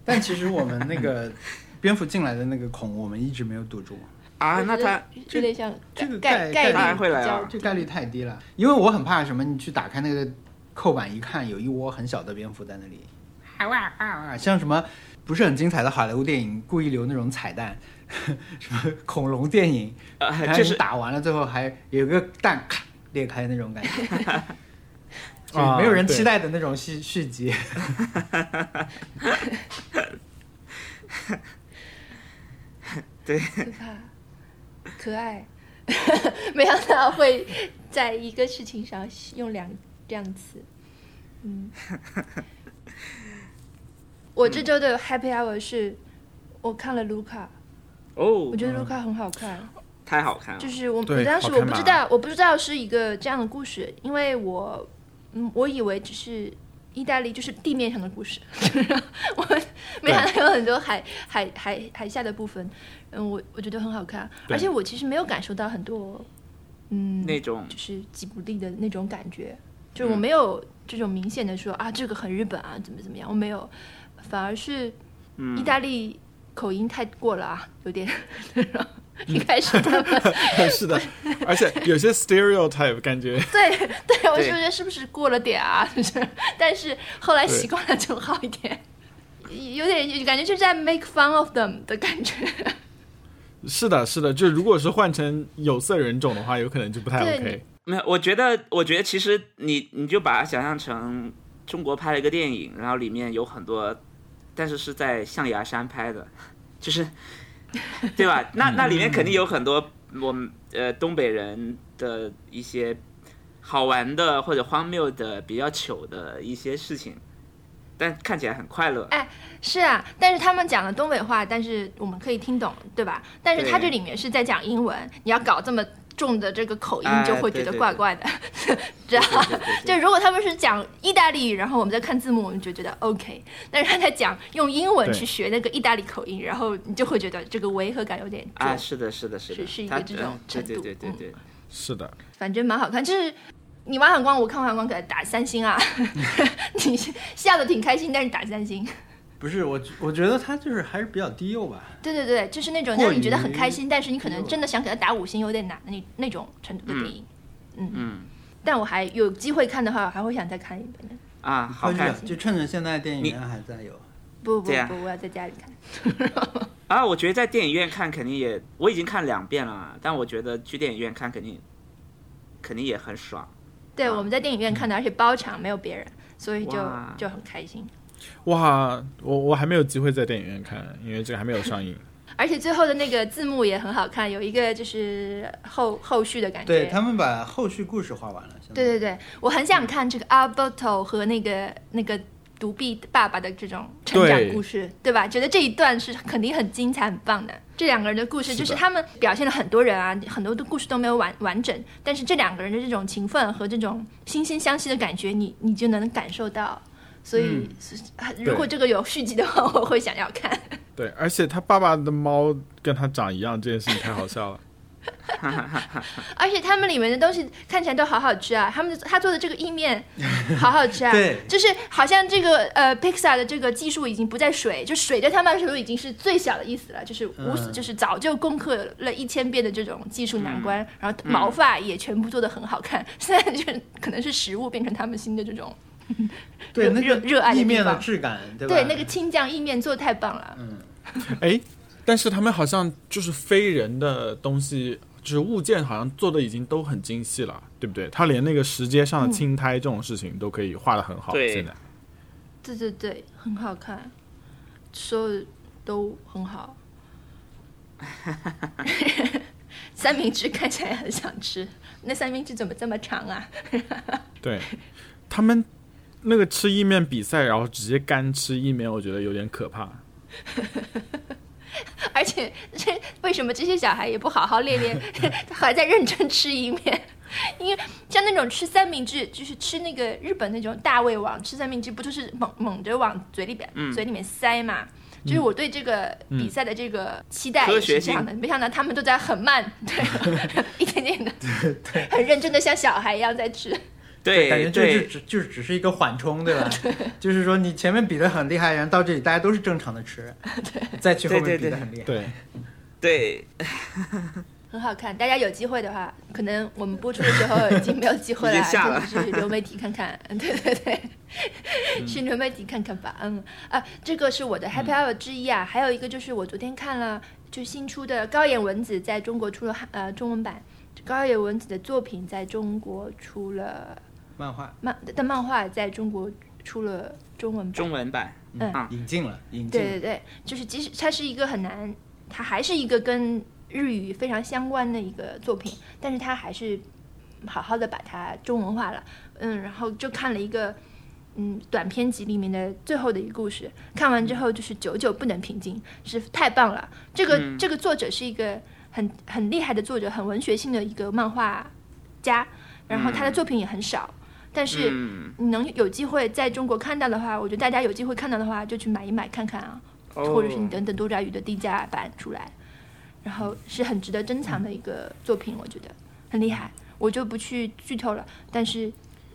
Speaker 2: 但其实我们那 个蝙蝠进来的那个孔，我们一直没有堵住。
Speaker 4: 啊，
Speaker 1: 我
Speaker 4: 那
Speaker 1: 觉得
Speaker 4: 他
Speaker 1: 有点像
Speaker 2: 这个
Speaker 1: 概
Speaker 2: 概
Speaker 1: 率
Speaker 2: 率
Speaker 4: 当然会来
Speaker 1: 比较
Speaker 4: 了
Speaker 2: 这概率太低了，因为我很怕什么，你去打开那个扣板一看，有一窝很小的蝙蝠在那里，啊哇啊哇，像什么不是很精彩的好莱坞电影故意留那种彩蛋， 什么恐龙电影，
Speaker 1: 哎
Speaker 4: 呃，
Speaker 2: 然后
Speaker 4: 就
Speaker 2: 你
Speaker 4: 是
Speaker 2: 打完了最后还有个蛋咔裂开那种感觉，就是
Speaker 3: 啊
Speaker 2: 没有人
Speaker 3: 对
Speaker 2: 期待的那种续续集。
Speaker 1: 可怕、可爱， 没想到会在一个事情上用两这样词。嗯，我这周的 Happy Hour 是我看了卢卡，
Speaker 4: 哦
Speaker 1: 我，觉得卢卡很好看。
Speaker 4: 太好看了，
Speaker 1: 就是我，
Speaker 3: 对
Speaker 1: 我当时
Speaker 3: 好
Speaker 1: 我
Speaker 3: 看
Speaker 1: 不
Speaker 3: 吧
Speaker 1: 知道，我不知道是一个这样的故事，因为我，嗯，我以为只是意大利就是地面上的故事， 我没想到有很多海海海海下的部分，嗯，我我觉得很好看，
Speaker 3: 对
Speaker 1: 而且我其实没有感受到很多，嗯，
Speaker 4: 那种
Speaker 1: 就是吉卜力的那种感觉，
Speaker 3: 嗯
Speaker 1: 就是我没有这种明显的说啊，这个很日本啊，怎么怎么样，我没有，反而是
Speaker 3: 嗯
Speaker 1: 意大利口音太过了啊，有 点， 一开始他们。
Speaker 3: 是的， 而且有些 stereotype 感觉
Speaker 1: 对对，我
Speaker 4: 对
Speaker 1: 是觉得是不是过了点啊？ 就是，但是后来
Speaker 3: 对
Speaker 1: 习惯了就好一点，有点感觉就在 make fun of them 的感 觉。
Speaker 3: 是的，是的，就如果是换成有色人种的话，有可能就不太
Speaker 1: 对
Speaker 3: OK。
Speaker 4: 没有，我觉得，我觉得其实你你就把它想象成中国拍了一个电影，然后里面有很多，但是是在象牙山拍的，就是，对吧？那那里面肯定有很多我们呃东北人的一些好玩的或者荒谬的、比较糗的一些事情，但看起来很快 乐。
Speaker 1: 是啊，但是他们讲了东北话，但是我们可以听懂，对吧？但是他
Speaker 4: 对
Speaker 1: 这里面是在讲英文，你要搞这么重的这个口音，
Speaker 4: 哎
Speaker 1: 就会觉得
Speaker 4: 对对
Speaker 1: 怪怪的， 知道吗
Speaker 4: 对对对对
Speaker 1: 就如果他们是讲意大利语，然后我们在看字幕，我们就觉得 OK。但是他在讲用英文
Speaker 3: 对
Speaker 1: 去学那个意大利口音，然后你就会觉得这个违和感有点重。
Speaker 4: 啊，是的，是的，是的，
Speaker 1: 是是一个
Speaker 4: 它
Speaker 1: 这种
Speaker 4: 嗯对
Speaker 1: 程度
Speaker 4: 对对对对，
Speaker 3: 是的，
Speaker 1: 反正蛮好看，就是你玩反光，我看完反光给他打三星啊，你笑的挺开心，但是打三星。
Speaker 2: 不是我，我觉得它就是还是比较低幼吧。
Speaker 1: 对对对，就是那种
Speaker 2: 过于
Speaker 1: 让你觉得很开心，但是你可能真的想给他打五星有点难的那那种程度的电影。
Speaker 4: 嗯
Speaker 1: 但我还有机会看的话，我还会想再看一遍的。
Speaker 4: 啊，好
Speaker 2: 快去
Speaker 4: 看
Speaker 2: 吧就趁着现在电影
Speaker 4: 你
Speaker 2: 院还在有。
Speaker 1: 不不
Speaker 4: 对啊
Speaker 1: 不，我要在家里看。
Speaker 4: 啊，我觉得在电影院看肯定也，我已经看两遍了，啊但我觉得去电影院看肯定，肯定也很爽。
Speaker 1: 对，
Speaker 4: 啊
Speaker 1: 我们在电影院看的，而且包场没有别人，所以就
Speaker 4: 哇
Speaker 1: 就很开心。
Speaker 3: 哇，我我还没有机会在电影院看，因为这个还没有上映。
Speaker 1: 而且最后的那个字幕也很好看，有一个就是后后续的感觉。
Speaker 2: 对他们把后续故事画完了。现在
Speaker 1: 对对对，我很想看这个 Alberto 和那个那个独臂爸爸的这种成长故事，对吧？觉得这一段是肯定很精彩、很棒的。这两个人的故事，
Speaker 3: 是的
Speaker 1: 就是他们表现了很多人啊，很多的故事都没有完完整，但是这两个人的这种情分和这种惺惺相惜的感觉，你你就能感受到。所
Speaker 3: 嗯
Speaker 1: 以，是啊如果这个有续集的话，我会想要看。
Speaker 3: 对，而且他爸爸的猫跟他长一样，这件事情太好笑了。
Speaker 1: 而且他们里面的东西看起来都好好吃啊，他们他做的这个意 面好好吃啊，
Speaker 2: 对
Speaker 1: 就是好像这个呃 Pixar 的这个技术已经不在水，就水对他们来说已经是最小的意思了，就是无、
Speaker 2: 嗯
Speaker 1: 就是早就攻克了一千遍的这种技术难
Speaker 2: 嗯
Speaker 1: 关，然后毛发也全部做的很好看， 现在就是可能是食物变成他们新的这种，
Speaker 2: 对
Speaker 1: 热
Speaker 2: 那个
Speaker 1: 热热爱的
Speaker 2: 意面
Speaker 1: 地
Speaker 2: 的
Speaker 1: 方
Speaker 2: 质感，对吧？
Speaker 1: 对那个青酱意面做的太棒了，
Speaker 3: 哎，但是他们好像就是非人的东西，就是物件，好像做的已经都很精细了，对不对？他连那个石阶上的青苔这种事情都可以画的很好，
Speaker 4: 对
Speaker 3: 现在
Speaker 1: 对对对，很好看，所有都很好。 三明治看起来很想吃，那三明治怎么这么长啊？
Speaker 3: 对。他们那个吃意面比赛，然后直接干吃意面，我觉得有点可怕。
Speaker 1: 而且这为什么这些小孩也不好好练练， 还在认真吃意面？ 因为像那种吃三明治，就是吃那个日本那种大胃王吃三明治，不就是猛猛着往嘴里边、
Speaker 4: 嗯
Speaker 1: 嘴里面塞嘛？就是我对这个比赛的这个期待
Speaker 4: 科
Speaker 1: 也
Speaker 4: 学
Speaker 1: 是这样的，没想到他们都在很慢， 对， 一点点的，很认真的像小孩一样在吃。
Speaker 4: 对，
Speaker 2: 感觉这就
Speaker 4: 对，
Speaker 2: 只就是只是一个缓冲， 对吧？就是说你前面比的很厉害，然后到这里大家都是正常的 吃，再去后
Speaker 4: 对
Speaker 2: 面比
Speaker 4: 对对
Speaker 2: 的很厉害。
Speaker 3: 对，
Speaker 4: 对，
Speaker 1: 很好看，大家有机会的话，可能我们播出的时候已经没有机会
Speaker 4: 已
Speaker 1: 了，啊
Speaker 4: 经下了
Speaker 1: 就是流媒体看 看，对对对，
Speaker 4: 嗯
Speaker 1: 去流媒体看看吧，嗯啊，这个是我的 Happy Hour 之一啊，还有一个就是我昨天看了，就新出的高野文子在中国出了汉呃中文版，高野文子的作品在中国出了
Speaker 2: 漫画
Speaker 1: 漫的漫画在中国出了中文版，
Speaker 4: 中文版，
Speaker 1: 嗯
Speaker 4: 啊
Speaker 2: 引进了，引进
Speaker 1: 对
Speaker 2: 了
Speaker 1: 对对，就是即使它是一个很难，它还是一个跟日语非常相关的一个作品，但是它还是好好的把它中文化了。嗯，然后就看了一个嗯短篇集里面的最后的一个故事，看完之后就是久久不能平静，是太棒了。这个、
Speaker 4: 嗯
Speaker 1: 这个作者是一个很很厉害的作者，很文学性的一个漫画家，然后他的
Speaker 4: 嗯
Speaker 1: 作品也很少，但是。
Speaker 4: 嗯，
Speaker 1: 你能有机会在中国看到的话，我觉得大家有机会看到的话，就去买一买看看啊，
Speaker 4: 哦
Speaker 1: 或者是你等等多抓鱼的低价版出来，然后是很值得珍藏的一个作品，我觉得很厉害，我就不去剧透了。但是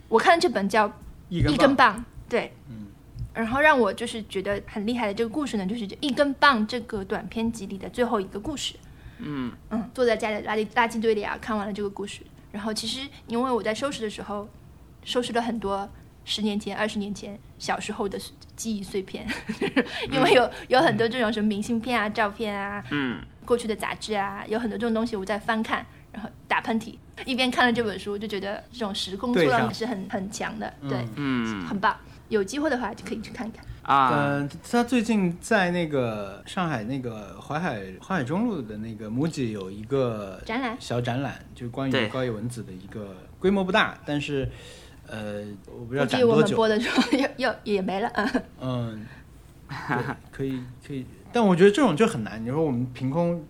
Speaker 1: 我看这本叫《
Speaker 2: 一根
Speaker 1: 一根
Speaker 2: 棒，
Speaker 1: 棒》，对，
Speaker 2: 嗯
Speaker 1: 然后让我就是觉得很厉害的这个故事呢，就是这一根棒这个短篇集里的最后一个故事。
Speaker 4: 嗯，
Speaker 1: 嗯，坐在家里的垃圾垃圾堆里啊，看完了这个故事。然后其实因为我在收拾的时候，收拾了很多十年前、二十年前小时候的记忆碎片， 因为有
Speaker 2: 嗯
Speaker 1: 有很多这种什么明信片啊、照片啊、
Speaker 4: 嗯，
Speaker 1: 过去的杂志啊，有很多这种东西我在翻看，然后打喷嚏，一边看了这本书，就觉得这种时空错
Speaker 2: 对上
Speaker 1: 乱是很很强的，对，
Speaker 2: 嗯
Speaker 4: 嗯
Speaker 1: 很棒。有机会的话就可以去看一看。
Speaker 4: 啊，
Speaker 2: 嗯，他最近在那个上海那个淮海淮海中路的那个 MUJI 有一个
Speaker 1: 展览
Speaker 2: 小展览，就是关于
Speaker 4: 对
Speaker 2: 高野文子的一个规模不大，但是呃，我不知道
Speaker 1: 估
Speaker 2: 展
Speaker 1: 计我
Speaker 2: 多
Speaker 1: 们
Speaker 2: 久
Speaker 1: 播。的时候 又又也没了，嗯，
Speaker 2: 嗯，对， 可以可以，但我觉得这种就很难。你说我们凭空，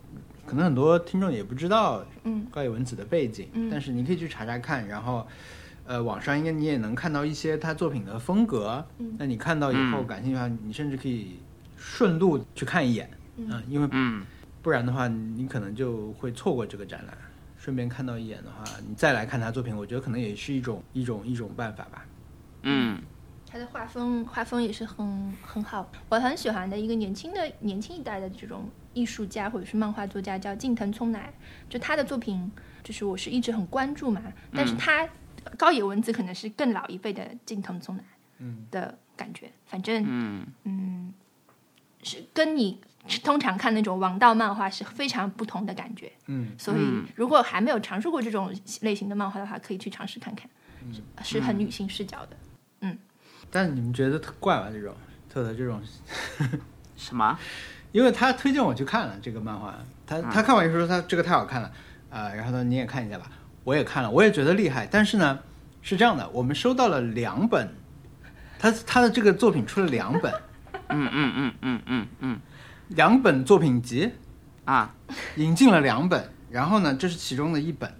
Speaker 2: 可能很多听众也不知道
Speaker 1: 嗯
Speaker 2: 高野文子的背景，
Speaker 1: 嗯
Speaker 2: 但是你可以去查查看，然后。呃，网上应该你也能看到一些他作品的风格，
Speaker 1: 嗯
Speaker 2: 那你看到以后
Speaker 4: 嗯
Speaker 2: 感兴趣的话，你甚至可以顺路去看一眼，
Speaker 1: 嗯
Speaker 2: 因为
Speaker 4: 嗯，
Speaker 2: 不然的话，你可能就会错过这个展览。顺便看到一眼的话，你再来看他作品，我觉得可能也是一种一种一种办法吧。
Speaker 4: 嗯，
Speaker 1: 他的画风画风也是很很好，我很喜欢的一个年轻的年轻一代的这种艺术家或者是漫画作家叫近藤聪乃，就他的作品就是我是一直很关注嘛，但是他、高野文子可能是更老一辈的近藤聪乃，
Speaker 2: 嗯
Speaker 1: 的感觉，反正
Speaker 4: 嗯，
Speaker 1: 嗯是跟你通常看那种王道漫画是非常不同的感觉，
Speaker 2: 嗯，
Speaker 1: 所以
Speaker 4: 嗯
Speaker 1: 如果还没有尝试过这种类型的漫画的话，可以去尝试看看，是是很女性视角的。
Speaker 2: 但是你们觉得特怪吧？这种特特这种
Speaker 4: 什么？
Speaker 2: 因为他推荐我去看了这个漫画，他他看完就说他这个太好看了，啊、然后他说你也看一下吧，我也看了，我也觉得厉害，但是呢，是这样的，我们收到了两本，他他的这个作品出了两本，
Speaker 4: 嗯嗯嗯嗯嗯嗯，
Speaker 2: 两本作品集，
Speaker 4: 啊，
Speaker 2: 引进了两本，然后呢，这是其中的一本，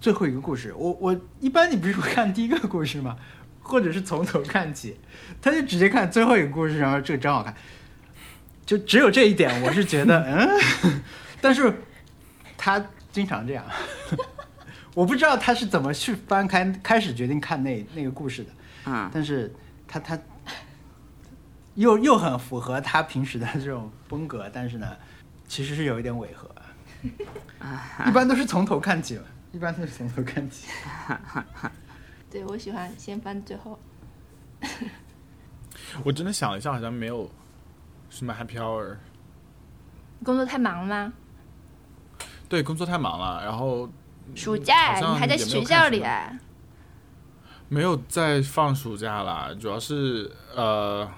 Speaker 2: 最后一个故事。我我一般你不是会看第一个故事吗？或者是从头看起，他就直接看最后一个故事，然后这个真好看，就只有这一点，我是觉得嗯，但是他经常这样， 我不知道他是怎么去翻开开始决定看那那个故事的，
Speaker 4: 嗯，
Speaker 2: 但是他他又又很符合他平时的这种风格，但是呢，其实是有一点违和。一般都是从头看起嘛，一般都是从头看起。
Speaker 1: 对，我喜欢先翻最后。
Speaker 3: 我真的想了一下，好像没有什么 happy hour。
Speaker 1: 工作太忙了吗？
Speaker 3: 对，工作太忙了，然后
Speaker 1: 暑假
Speaker 3: 嗯好像
Speaker 1: 你还在
Speaker 3: 也没有
Speaker 1: 学
Speaker 3: 看
Speaker 1: 校
Speaker 3: 什
Speaker 1: 里
Speaker 3: 么
Speaker 1: 啊？
Speaker 3: 没有再放暑假啦，主要是呃，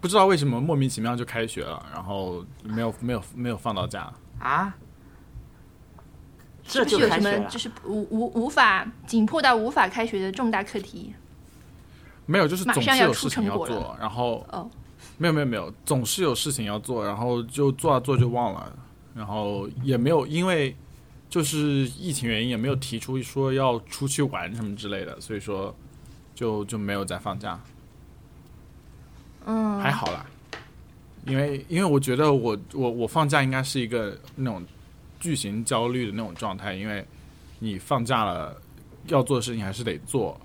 Speaker 3: 不知道为什么莫名其妙就开学了，然后没有没有没有放到假。
Speaker 4: 啊，
Speaker 1: 是
Speaker 4: 这
Speaker 1: 不是
Speaker 4: 就
Speaker 1: 有
Speaker 4: 开
Speaker 1: 什
Speaker 4: 学
Speaker 1: 么
Speaker 4: 了
Speaker 1: 就，是无无无法紧迫到无法开学的重大课题？
Speaker 3: 没有，就是
Speaker 1: 马
Speaker 3: 总
Speaker 1: 上
Speaker 3: 是
Speaker 1: 要
Speaker 3: 有
Speaker 1: 出
Speaker 3: 事
Speaker 1: 成
Speaker 3: 情要
Speaker 1: 果
Speaker 3: 做
Speaker 1: 了，
Speaker 3: 然后
Speaker 1: 哦，
Speaker 3: 没有没有没有，总是有事情要做，然后就做啊做就忘了，然后也没有因为就是疫情原因也没有提出说要出去玩什么之类的，所以说就就没有再放假，
Speaker 1: 嗯，
Speaker 3: 还好啦，因为因为我觉得我我我放假应该是一个那种巨型焦虑的那种状态，因为你放假了要做的事情还是得做，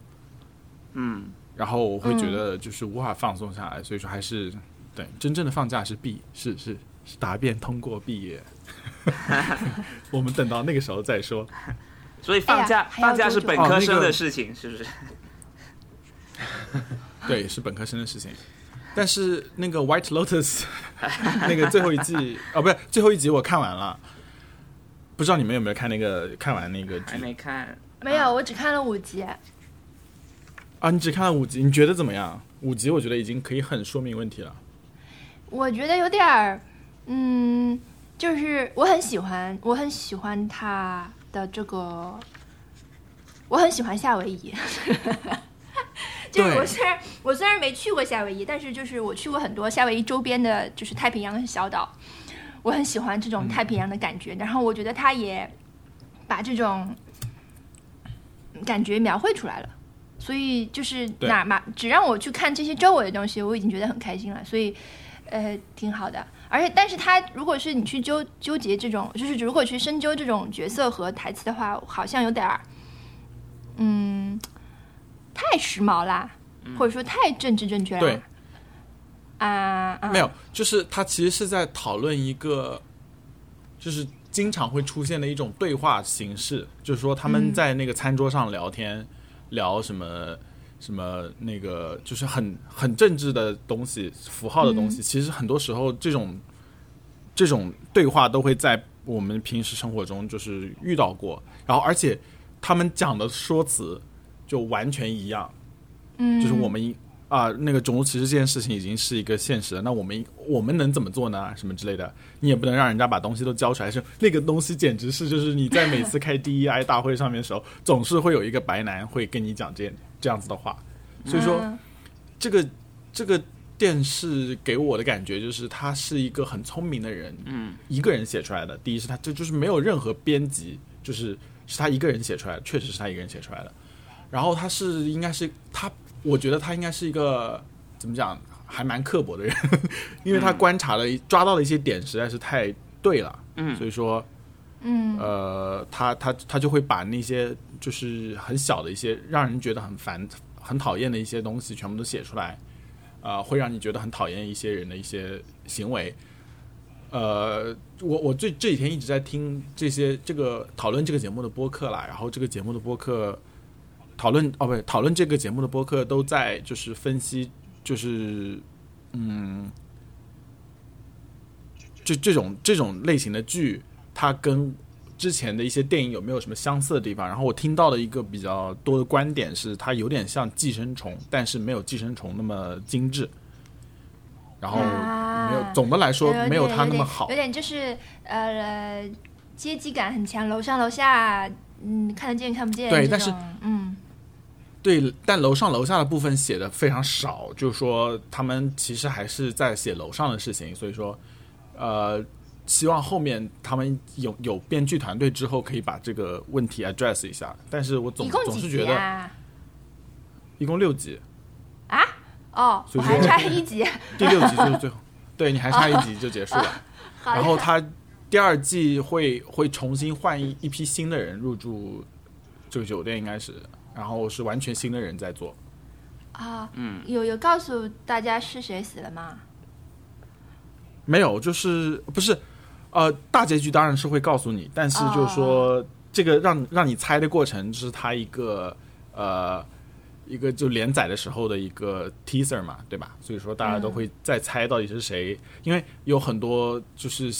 Speaker 4: 嗯，
Speaker 3: 然后我会觉得就是无法放松下来，所以说还是对真正的放假是毕是是是答辩通过毕 业， 我们等到那个时候再说。
Speaker 4: 所以放假、
Speaker 1: 哎呀还要
Speaker 4: 放假是
Speaker 1: 多
Speaker 4: 本
Speaker 1: 久
Speaker 4: 科
Speaker 3: 哦那
Speaker 4: 生
Speaker 3: 个
Speaker 4: 的事情，是不是？
Speaker 3: 对，是本科生的事情。但是那个《White Lotus 》那个最后一季哦，不是最后一集我看完了，不知道你们有没有看那个看完那个
Speaker 4: 还
Speaker 3: 剧
Speaker 4: 没看，
Speaker 1: 没有，我只看了五集，
Speaker 3: 啊？你只看了五集，你觉得怎么样？五集我觉得已经可以很说明问题了。
Speaker 1: 我觉得有点儿，嗯，就是我很喜欢，我很喜欢他的这个，我很喜欢夏威夷。 就是
Speaker 3: 对
Speaker 1: 我虽然我虽然没去过夏威夷，但是就是我去过很多夏威夷周边的，就是太平洋小岛，我很喜欢这种太平洋的感觉。然后我觉得他也把这种感觉描绘出来了，所以就是
Speaker 3: 对
Speaker 1: 哪嘛，只让我去看这些周围的东西，我已经觉得很开心了。所以，呃，挺好的。而且，但是他如果是你去纠纠结这种，就是如果去深究这种角色和台词的话，好像有点儿，嗯，太时髦啦，或者说太政治正确啦。
Speaker 3: 嗯对
Speaker 1: 啊啊，
Speaker 3: 没有，就是他其实是在讨论一个，就是经常会出现的一种对话形式，就是说他们在那个餐桌上聊天，聊什么什么那个，就是很很政治的东西、符号的东西。其实很多时候这种这种对话都会在我们平时生活中就是遇到过，然后而且他们讲的说辞就完全一样。
Speaker 1: 嗯，
Speaker 3: 就是我们一啊、那个种族歧视这件事情已经是一个现实了，那我们我们能怎么做呢？什么之类的，你也不能让人家把东西都交出来，是那个东西简直是就是你在每次开 DEI 大会上面的时候，总是会有一个白男会跟你讲这这样子的话，所以说、
Speaker 1: 嗯
Speaker 3: 这个这个电视给我的感觉就是他是一个很聪明的人，
Speaker 4: 嗯，
Speaker 3: 一个人写出来的。第一是他这就是没有任何编辑，就是是他一个人写出来的，确实是他一个人写出来的。然后他是应该是他，我觉得他应该是一个怎么讲，还蛮刻薄的人， 因为他观察了一、抓到的一些点实在是太对了，
Speaker 4: 嗯
Speaker 3: 所以说
Speaker 1: 嗯
Speaker 3: 呃，他他他就会把那些就是很小的一些让人觉得很烦、很讨厌的一些东西全部都写出来，啊，会让你觉得很讨厌一些人的一些行为。呃，我我这这几天一直在听这些这个讨论这个节目的播客啦，然后这个节目的播客讨论哦，不是讨论这个节目的播客都在就是分析就是嗯，这这种这种类型的剧，它跟之前的一些电影有没有什么相似的地方？然后我听到的一个比较多的观点是，它有点像《寄生虫》，但是没有《寄生虫》那么精致，然后
Speaker 1: 啊
Speaker 3: 哦没有，总的来说
Speaker 1: 有
Speaker 3: 没有
Speaker 1: 点
Speaker 3: 它那么好
Speaker 1: 有。点有点就是呃阶级感很强，楼上楼下，嗯，看得见看不见这
Speaker 3: 对
Speaker 1: 种。
Speaker 3: 但是
Speaker 1: 嗯
Speaker 3: 对，但楼上楼下的部分写的非常少，就是说他们其实还是在写楼上的事情，所以说，呃，希望后面他们有有编剧团队之后可以把这个问题 address 一下。但是我总
Speaker 1: 一共
Speaker 3: 总是
Speaker 1: 几
Speaker 3: 觉
Speaker 1: 集
Speaker 3: 得
Speaker 1: 啊？
Speaker 3: 一共六集，
Speaker 1: 哦，
Speaker 3: 所
Speaker 1: 我
Speaker 3: 以说
Speaker 1: 还差一 集。
Speaker 3: 第六集就是 最后，对你还差一集就结束了。
Speaker 1: 好
Speaker 3: 然
Speaker 1: 嘞
Speaker 3: 后他第二季会会重新换一一批新的人入住这个酒店，应该是，然后是完全新的人在做。
Speaker 1: 啊，
Speaker 4: 嗯，
Speaker 1: 有有告诉大家是谁死了吗？
Speaker 3: 没有，就是不是，呃，大结局当然是会告诉你，但是就是说、这个让让你猜的过程是它一个呃一个就连载的时候的一个 teaser 嘛，对吧？所以说大家都会再猜到底是谁，因为有很多就是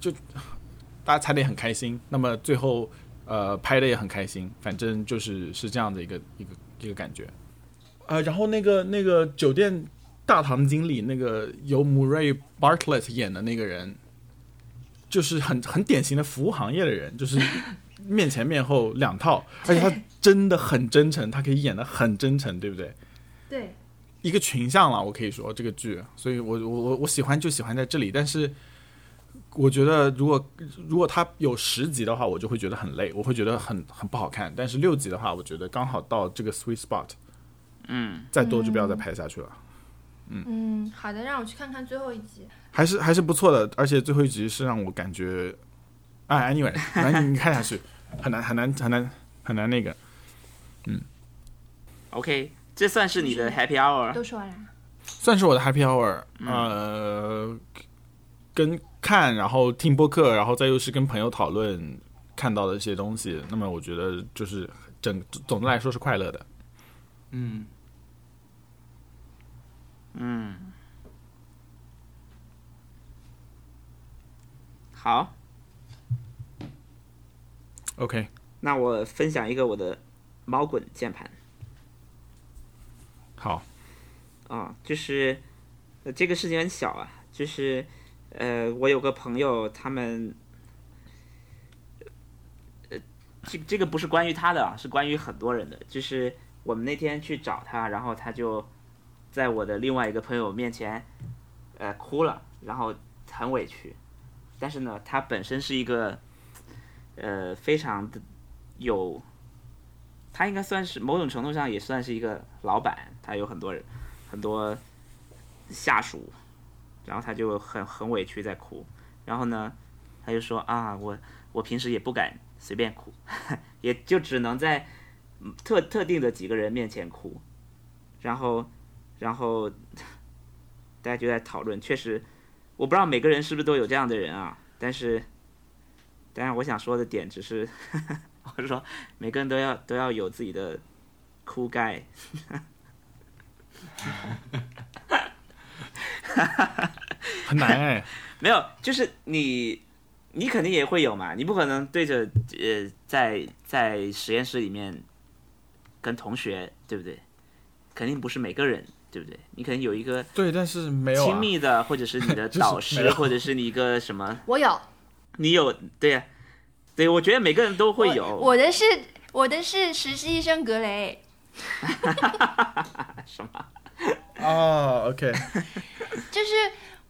Speaker 3: 就大家猜的也很开心，那么最后呃拍的也很开心，反正就是是这样的一个一个一个感觉。呃，然后那个那个酒店大堂经理，那个由 Murray Bartlett 演的那个人，就是很很典型的服务行业的人，就是面前面后两套，而且他真的很真诚，他可以演的很真诚，对不对？
Speaker 1: 对，
Speaker 3: 一个群像了，我可以说这个剧，所以我我我我喜欢就喜欢在这里，但是我觉得如果如果它有十集的话，我就会觉得很累，我会觉得很很不好看。但是六集的话，我觉得刚好到这个 sweet spot，
Speaker 4: 嗯，
Speaker 3: 再多就不要再拍下去了，
Speaker 5: 嗯，
Speaker 1: 好的，让我去看看最后一集。
Speaker 3: 还是还是不错的。而且最后一集是让我感觉，哎，anyway，反正你看下去很难很难很难很难那个，
Speaker 4: OK，这算是你的 Happy Hour。
Speaker 1: 都说完了，
Speaker 3: 算是我的 happy hour，、呃，跟看，然后听播客，然后再又是跟朋友讨论看到的一些东西，那么我觉得就是整总的来说是快乐的。
Speaker 2: 嗯，
Speaker 4: 嗯，好，
Speaker 3: OK，
Speaker 4: 那我分享一个我的猫滚键盘。
Speaker 3: 好，
Speaker 4: 啊、就是、呃、这个事情很小啊，就是呃，我有个朋友，他们呃，这这个不是关于他的啊，是关于很多人的。就是我们那天去找他，然后他就在我的另外一个朋友面前，呃，哭了，然后很委屈。但是呢，他本身是一个呃非常的有，他应该算是某种程度上也算是一个老板，他有很多人。很多下属，然后他就很很委屈在哭，然后呢，他就说啊，我我平时也不敢随便哭， 也就只能在嗯特特定的几个人面前哭，然后然后 大家就在讨论，确实我不知道每个人是不是都有这样的人啊，但是当然我想说的点只是， 我是说每个人都要都要有自己的哭盖。
Speaker 3: 很难哎，
Speaker 4: 没有，就是你，你肯定也会有嘛，你不可能对着呃，在在实验室里面跟同学，对不对？肯定不是每个人，对不对？你可能有一个
Speaker 3: 对，但是没有、
Speaker 4: 亲
Speaker 3: 啊、
Speaker 4: 密的，或者是你的
Speaker 3: 就是
Speaker 4: 导
Speaker 3: 没
Speaker 4: 师，
Speaker 3: 有
Speaker 4: 或者是你一个什么，
Speaker 1: 我有，
Speaker 4: 你有对呀、对，我觉得每个人都会有。
Speaker 1: 我的是我的是实习医生格雷，
Speaker 4: 什么？
Speaker 3: 哦，OK，
Speaker 1: 就是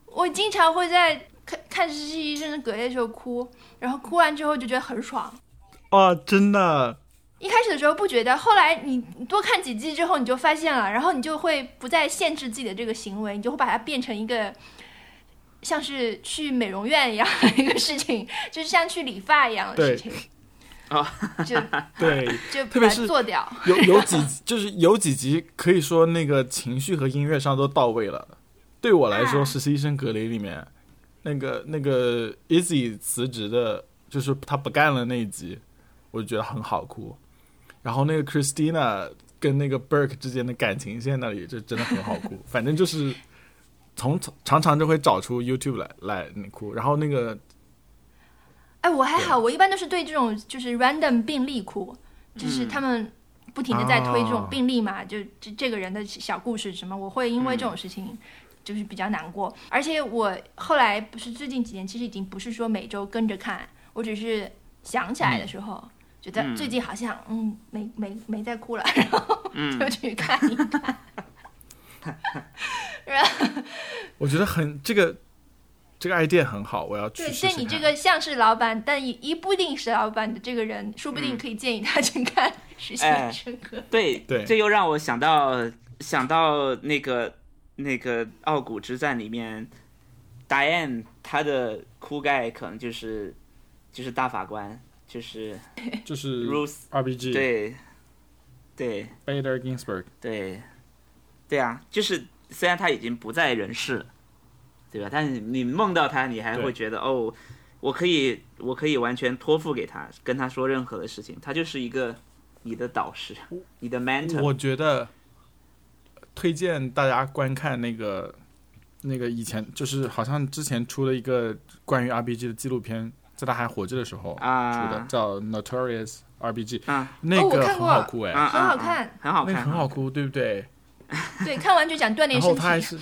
Speaker 1: 我经常会在看看实习医生的格雷的时候哭，然后哭完之后就觉得很爽。
Speaker 3: 哇，真的，
Speaker 1: 一开始的时候不觉得，后来你你多看几季之后，你就发现了，然后你就会不再限制自己的这个行为，你就会把它变成一个像是去美容院一样的一个事情，就是像去理发一样的事情。
Speaker 4: 哦
Speaker 1: 就
Speaker 3: 对，
Speaker 1: 就
Speaker 3: 特
Speaker 1: 把它
Speaker 3: 别是
Speaker 1: 做掉。
Speaker 3: 有有几 就是有几集可以说那个情绪和音乐上都到位了。对我来说，
Speaker 1: 啊
Speaker 3: 《实习医生格雷》里面那个那个 Izzy 辞职的，就是他不干了那一集，我就觉得很好哭。然后那个 Christina 跟那个 Burke 之间的感情线那里，就真的很好哭。反正就是从常常就会找出 YouTube 来来哭。然后那个
Speaker 1: 哎，我还好，我一般都是对这种就是 random 病例哭，就是他们不停的在推这
Speaker 3: 嗯哦
Speaker 1: 种病例嘛，就这这个人的小故事什么，我会因为
Speaker 3: 嗯
Speaker 1: 这种事情就是比较难过。而且我后来不是最近几年，其实已经不是说每周跟着看，我只是想起
Speaker 3: 嗯
Speaker 1: 来的时候。觉得最近好像嗯没没没在哭了，然后
Speaker 4: 嗯
Speaker 3: 嗯
Speaker 1: 就去看 一看。
Speaker 3: 我觉得很这个这个 idea 很好，我要去
Speaker 1: 对，
Speaker 3: 试
Speaker 1: 对
Speaker 3: 试
Speaker 1: 你这
Speaker 3: 看
Speaker 1: 个像是老板，但也一不一定是老板的这个人，说不
Speaker 3: 嗯
Speaker 1: 定可以建议他去看《 实习
Speaker 4: 哎
Speaker 1: 生活》
Speaker 4: 对，
Speaker 3: 对
Speaker 4: 这又让我想到想到那个那个《傲骨之战》里面，Diane 她的哭盖可能就是就是大法官，就是
Speaker 3: 就是
Speaker 4: Ruth，
Speaker 3: RBG
Speaker 4: 对对
Speaker 3: Bader Ginsburg。
Speaker 4: 对对啊，就是虽然他已经不在人世了，对吧？但是你梦到他，你还
Speaker 3: 对
Speaker 4: 会觉得哦，我可以我可以完全托付给他，跟他说任何的事情，他就是一个你的导师，你的 mentor。
Speaker 3: 我觉得呃推荐大家观看那个那个以前就是好像之前出了一个关于 RPG 的纪录片，在他还活着的时候出的，
Speaker 4: 啊
Speaker 3: 叫《Notorious RPG》，
Speaker 4: 啊
Speaker 3: 那
Speaker 1: 哦我
Speaker 3: 个
Speaker 1: 看
Speaker 3: 很
Speaker 1: 过
Speaker 3: 好哭哎、
Speaker 4: 啊啊
Speaker 1: 很好
Speaker 4: 啊
Speaker 1: 看
Speaker 4: 很好
Speaker 3: 那
Speaker 4: 看，
Speaker 3: 个很好哭，对不对？
Speaker 1: 对，看完就想锻炼
Speaker 3: 然后
Speaker 1: 身
Speaker 3: 他还
Speaker 1: 体。
Speaker 3: 是，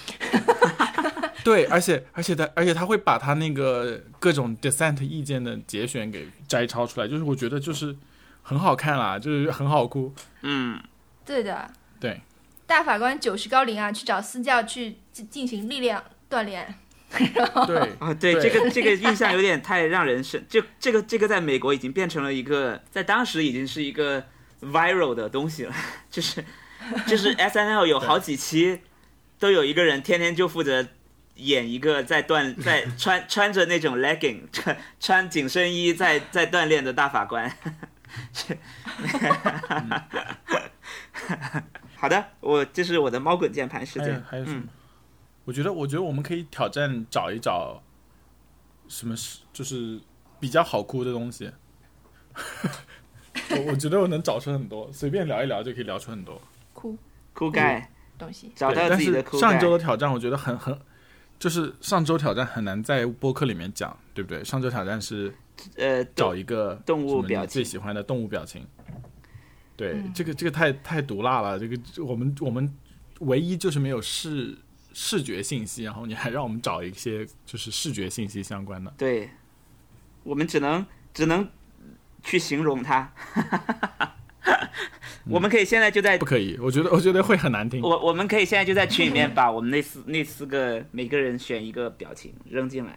Speaker 3: 对，而且而且他而且他会把他那个各种 dissent 意见的节选给摘抄出来，就是我觉得就是很好看啦，就是很好哭，
Speaker 4: 嗯，
Speaker 1: 对的，
Speaker 3: 对。
Speaker 1: 大法官九十高龄啊，去找私教去进进行力量锻炼。
Speaker 3: 对
Speaker 4: 啊，对这个这个印象有点太让人深，就这个这个在美国已经变成了一个，在当时已经是一个 viral 的东西了，就是就是 S N L 有好几期都有一个人天天就负责演一个在锻在穿穿着那种 legging 穿穿紧身衣在在锻炼的大法官。 是
Speaker 3: 嗯
Speaker 4: 好的，我这是我的猫滚键盘时
Speaker 3: 还有
Speaker 4: 间。
Speaker 3: 哎还有什么
Speaker 4: 嗯？
Speaker 3: 我觉得，我觉得我们可以挑战找一找什么是就是比较好哭的东西。 我我觉得我能找出很多，随便聊一聊就可以聊出很多。
Speaker 1: 哭
Speaker 4: 酷盖
Speaker 1: 东西，
Speaker 4: 找
Speaker 3: 对
Speaker 4: 到自
Speaker 3: 但
Speaker 4: 己的
Speaker 3: 是
Speaker 4: 酷盖。
Speaker 3: 上周的挑战，我觉得很很，就是上周挑战很难在播客里面讲，对不对？上周挑战是
Speaker 4: 呃，
Speaker 3: 找一个
Speaker 4: 动物
Speaker 3: 什么你
Speaker 4: 表情
Speaker 3: 最喜欢的动物表情。对，
Speaker 4: 嗯
Speaker 3: 这个这个太太毒辣了，这个这我们我们唯一就是没有视视觉信息，然后你还让我们找一些就是视觉信息相关的。
Speaker 4: 对，我们只能只能去形容它。 我们可以现在就
Speaker 3: 嗯
Speaker 4: 在
Speaker 3: 不可以，我觉得我觉得会很难听。
Speaker 4: 我我们可以现在就在群里面把我们那四那四个每个人选一个表情扔进来，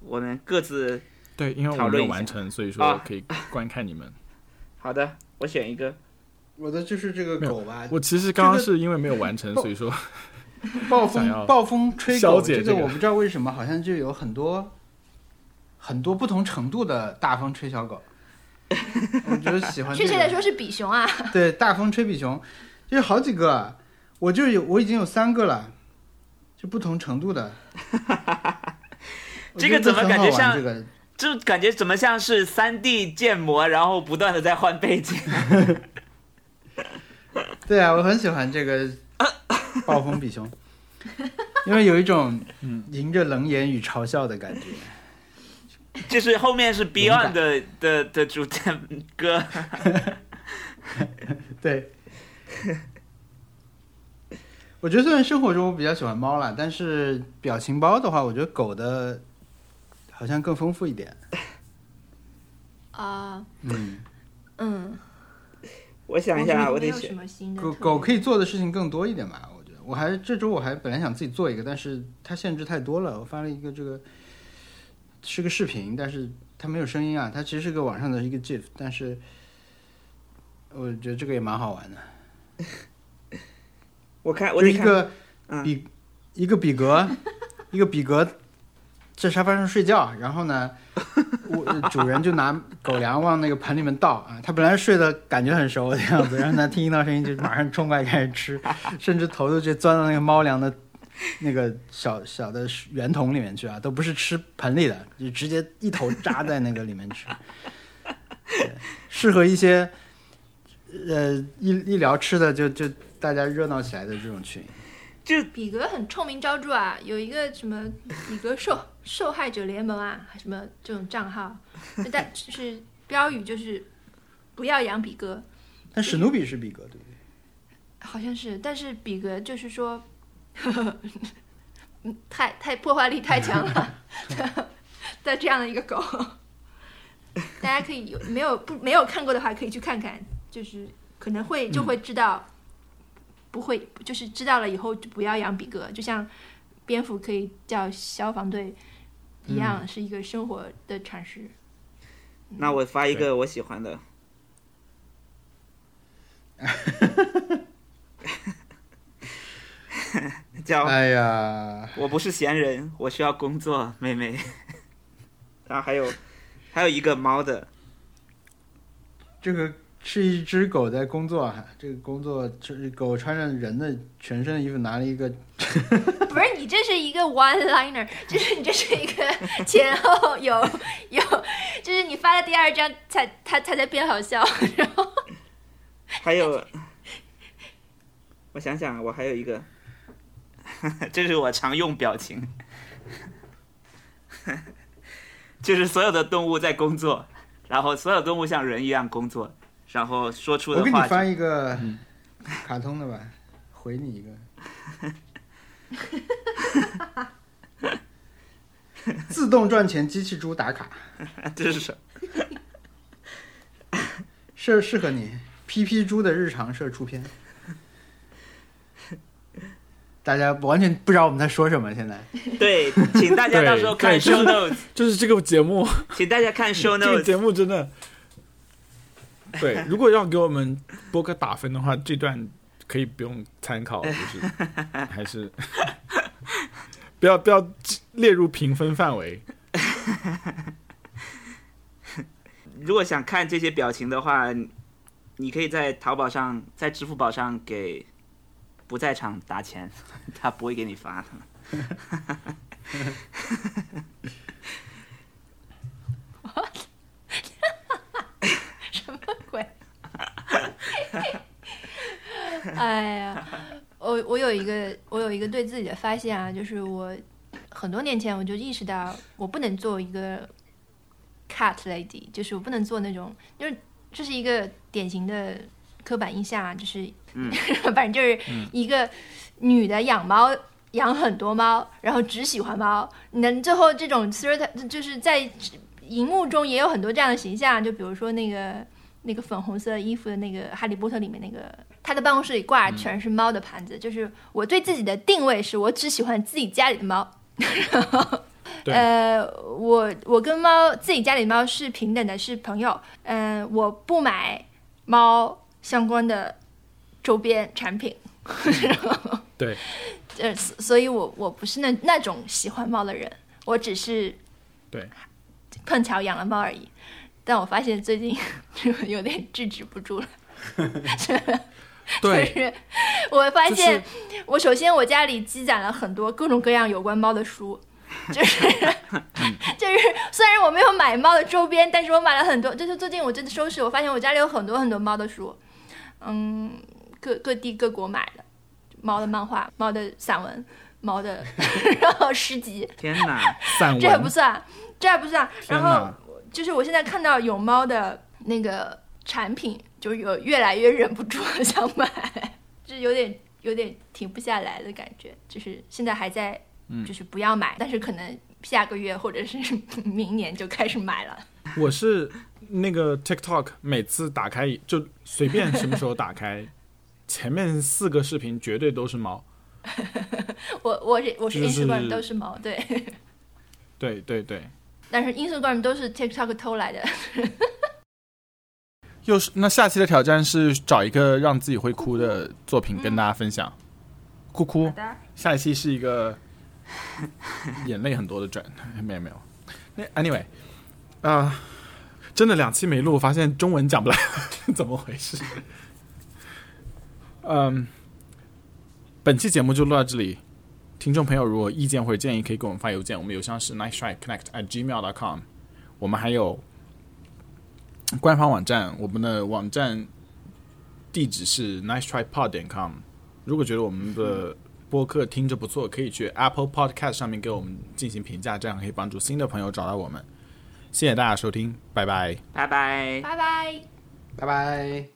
Speaker 4: 我们各自
Speaker 3: 对，因为
Speaker 4: 讨
Speaker 3: 我没
Speaker 4: 论
Speaker 3: 有
Speaker 4: 一下
Speaker 3: 完成，所以说
Speaker 4: 啊
Speaker 3: 可以 观看你们。
Speaker 4: 好的，我选一个。
Speaker 2: 我的就是这个
Speaker 3: 没有
Speaker 2: 狗吧，
Speaker 3: 我其实刚刚
Speaker 2: 这个
Speaker 3: 是因为没有完成，所以说
Speaker 2: 暴
Speaker 3: 想要
Speaker 2: 风暴风吹
Speaker 3: 消
Speaker 2: 狗，
Speaker 3: 解
Speaker 2: 这
Speaker 3: 这
Speaker 2: 个
Speaker 3: 个
Speaker 2: 我不知道为什么，好像就有很多很多不同程度的大风吹小狗。我就喜欢、这
Speaker 1: 确
Speaker 2: 个。
Speaker 1: 切的说是比熊啊，
Speaker 2: 对，大风吹比熊，就是好几个，我就有我已经有三个了，就不同程度 的。我
Speaker 4: 这
Speaker 2: 觉
Speaker 4: 个
Speaker 2: 得
Speaker 4: 怎么
Speaker 2: 很
Speaker 4: 感
Speaker 2: 好
Speaker 4: 觉
Speaker 2: 玩
Speaker 4: 像
Speaker 2: 这个？
Speaker 4: 就感觉怎么像是三 D 建模，然后不断的在换背景。
Speaker 2: 对啊，我很喜欢这个暴风比熊，因为有一种
Speaker 4: 嗯
Speaker 2: 迎着冷眼与嘲笑的感觉。
Speaker 4: 就是后面是
Speaker 2: 勇敢
Speaker 4: Beyond 的的的主的歌，
Speaker 2: 对，我觉得虽然生活中我比较喜欢猫啦，但是表情包的话，我觉得狗的好像更丰富一点。
Speaker 1: 啊、
Speaker 2: 嗯，
Speaker 1: 嗯，
Speaker 4: 我想一
Speaker 1: 我
Speaker 4: 下
Speaker 1: 没
Speaker 4: 啊，我
Speaker 1: 没
Speaker 4: 得
Speaker 1: 有
Speaker 4: 选
Speaker 1: 什。么新的
Speaker 2: 狗
Speaker 1: 特别
Speaker 2: 狗可以做的事情更多一点吧，我觉得。我还这周我还本来想自己做一个，但是它限制太多了。我发了一个这个是个视频，但是它没有声音啊，它其实是个网上的一个 GIF，但是我觉得这个也蛮好玩的，
Speaker 4: 我看我
Speaker 2: 就是
Speaker 4: 得嗯
Speaker 2: 一
Speaker 4: 看。
Speaker 2: 个比、一个比格， 一个比格在沙发上睡觉，然后呢，我主人就拿狗粮往那个盆里面倒啊，它本来睡的感觉很熟的样子，然后呢听一到声音就马上冲过来开始吃， 甚至头都直接钻到那个猫粮的那个小小的圆筒里面去啊，都不是吃盆里的，就直接一头扎在那个里面吃。对适合一些，呃，一一聊吃的就就大家热闹起来的这种群。
Speaker 1: 比格很臭名昭著啊，有一个什么比格受受害者联盟啊，什么这种账号，就但就是标语就是不要养比格，
Speaker 2: 但史努比是比格对不对？
Speaker 1: 好像是，但是比格就是说， 嗯太太破坏力太强了的这样的一个狗，大家可以有没有不没有看过的话，可以去看看，就是可能会就会知道，不会就是知道了以后就不要养比格，就像蝙蝠可以叫消防队一样，是一个生活的常识。
Speaker 4: 那我发一
Speaker 3: 对
Speaker 4: 个我喜欢的。 叫
Speaker 2: 哎呀，
Speaker 4: 我不是闲人，我需要工作，妹妹。 然后还有还有一个猫的，
Speaker 2: 这个是一只狗在工作啊，这个工作就是狗穿上人的全身的衣服，拿了一个
Speaker 1: 不是你这是一个 one liner，就是你这是一个前后有有，就是你发的第二张才它它才变好笑，然后
Speaker 4: 还有我想想，啊我还有一个，这是我常用表情，就是所有的动物在工作，然后所有动物像人一样工作，然后说出的
Speaker 2: 我给你
Speaker 4: 话就
Speaker 2: 翻一个卡通的吧，回你一 个。自动赚钱机器猪打卡，
Speaker 4: 这是什 么？
Speaker 2: 适适合你。PP 猪的日常社出片，大家完全不知道我们在说什么。现在
Speaker 4: 对，请大家到时候看
Speaker 3: 对对
Speaker 4: show notes，
Speaker 3: 就是这个节目，
Speaker 4: 请大家 看 show
Speaker 3: 这个
Speaker 4: notes。
Speaker 3: 节目真 的，对，如果要给我们播个打分的话，这段可以不用参考， 就是还是不要不要列入评分范围。
Speaker 4: 如果想看这些表情的话，你你可以在淘宝上、在支付宝上给不在场打钱， 他不会给你发的。
Speaker 1: 哎呀，我我有一个我有一个对自己的发现啊，就是我很多年前我就意识到我不能做一个 cat lady，就是我不能做那种，就是这是一个典型的刻板印象啊，就是、
Speaker 4: 嗯
Speaker 1: 反正就是一个女的养猫。养很多猫，然后只喜欢猫，那最后这种 s t e r e o t 就是在荧幕中也有很多这样的形象，就比如说那个那个粉红色衣服的那个《哈利波特》里面那个，他的办公室里挂
Speaker 3: 嗯
Speaker 1: 的全是猫的盘子。就是我对自己的定位是我只喜欢自己家里的猫。
Speaker 3: 对
Speaker 1: 呃，我我跟猫自己家里的猫是平等的，是朋友。嗯、我不买猫相关的周边产品。
Speaker 3: 对，
Speaker 1: 呃，所所以我我不是那那种喜欢猫的人，我只是
Speaker 3: 对
Speaker 1: 碰巧养了猫而已。但我发现最近 有点制止不住了，就
Speaker 3: 对，
Speaker 1: 是 我发
Speaker 3: 就
Speaker 1: 现
Speaker 3: 是
Speaker 1: 我首先我家里积攒了很多各种各样有关猫的书，就是
Speaker 3: 嗯
Speaker 1: 就是虽然我没有买猫的周边，但是我买了很多。就是最近我真的收拾，我发现我家里有很多很多猫的书，嗯，各各地各国买的猫的漫画、猫的散文、猫的 然后诗集，
Speaker 4: 天哪！
Speaker 3: 散
Speaker 1: 这还不
Speaker 3: 文，
Speaker 1: 算，这还不算。
Speaker 3: 天
Speaker 1: 然后
Speaker 3: 哪，
Speaker 1: 就是我现在看到有猫的那个产品，就是有越来越忍不住地想买，就是有点有点停不下来的感觉。就是现在还在，
Speaker 3: 嗯
Speaker 1: 就是不要买，但是可能下个月或者是明年就开始买了。
Speaker 3: 我是那个 TikTok，每次打开就随便什么时候打 开，前面四个视频绝对都是猫。
Speaker 1: 我我是我是
Speaker 3: 就是
Speaker 1: Instagram 都是猫，对，
Speaker 3: 对对对，
Speaker 1: 但是 Instagram 都是 TikTok 偷来的。
Speaker 3: 又是那下期的挑战是找一个让自己会哭的作品跟大家分享。哭哭，下一期是一个眼泪很多的转， 没有没有。那 anyway，啊、真的两期没录，我发现中文讲不来， 怎么回事？ 嗯，本期节目就录到这里。听众朋友，如果意见或者建议，可以给我们发邮件，我们邮箱是 nice try connect at gmail com。我们还有官方网站，我们的网站地址是 nice try pod 点 com。如果觉得我们的播客听着不错，可以去 Apple Podcast 上面给我们进行评价，这样可以帮助新的朋友找到我们。谢谢大家收听，拜拜。
Speaker 4: 拜拜。
Speaker 1: 拜拜。
Speaker 2: 拜拜。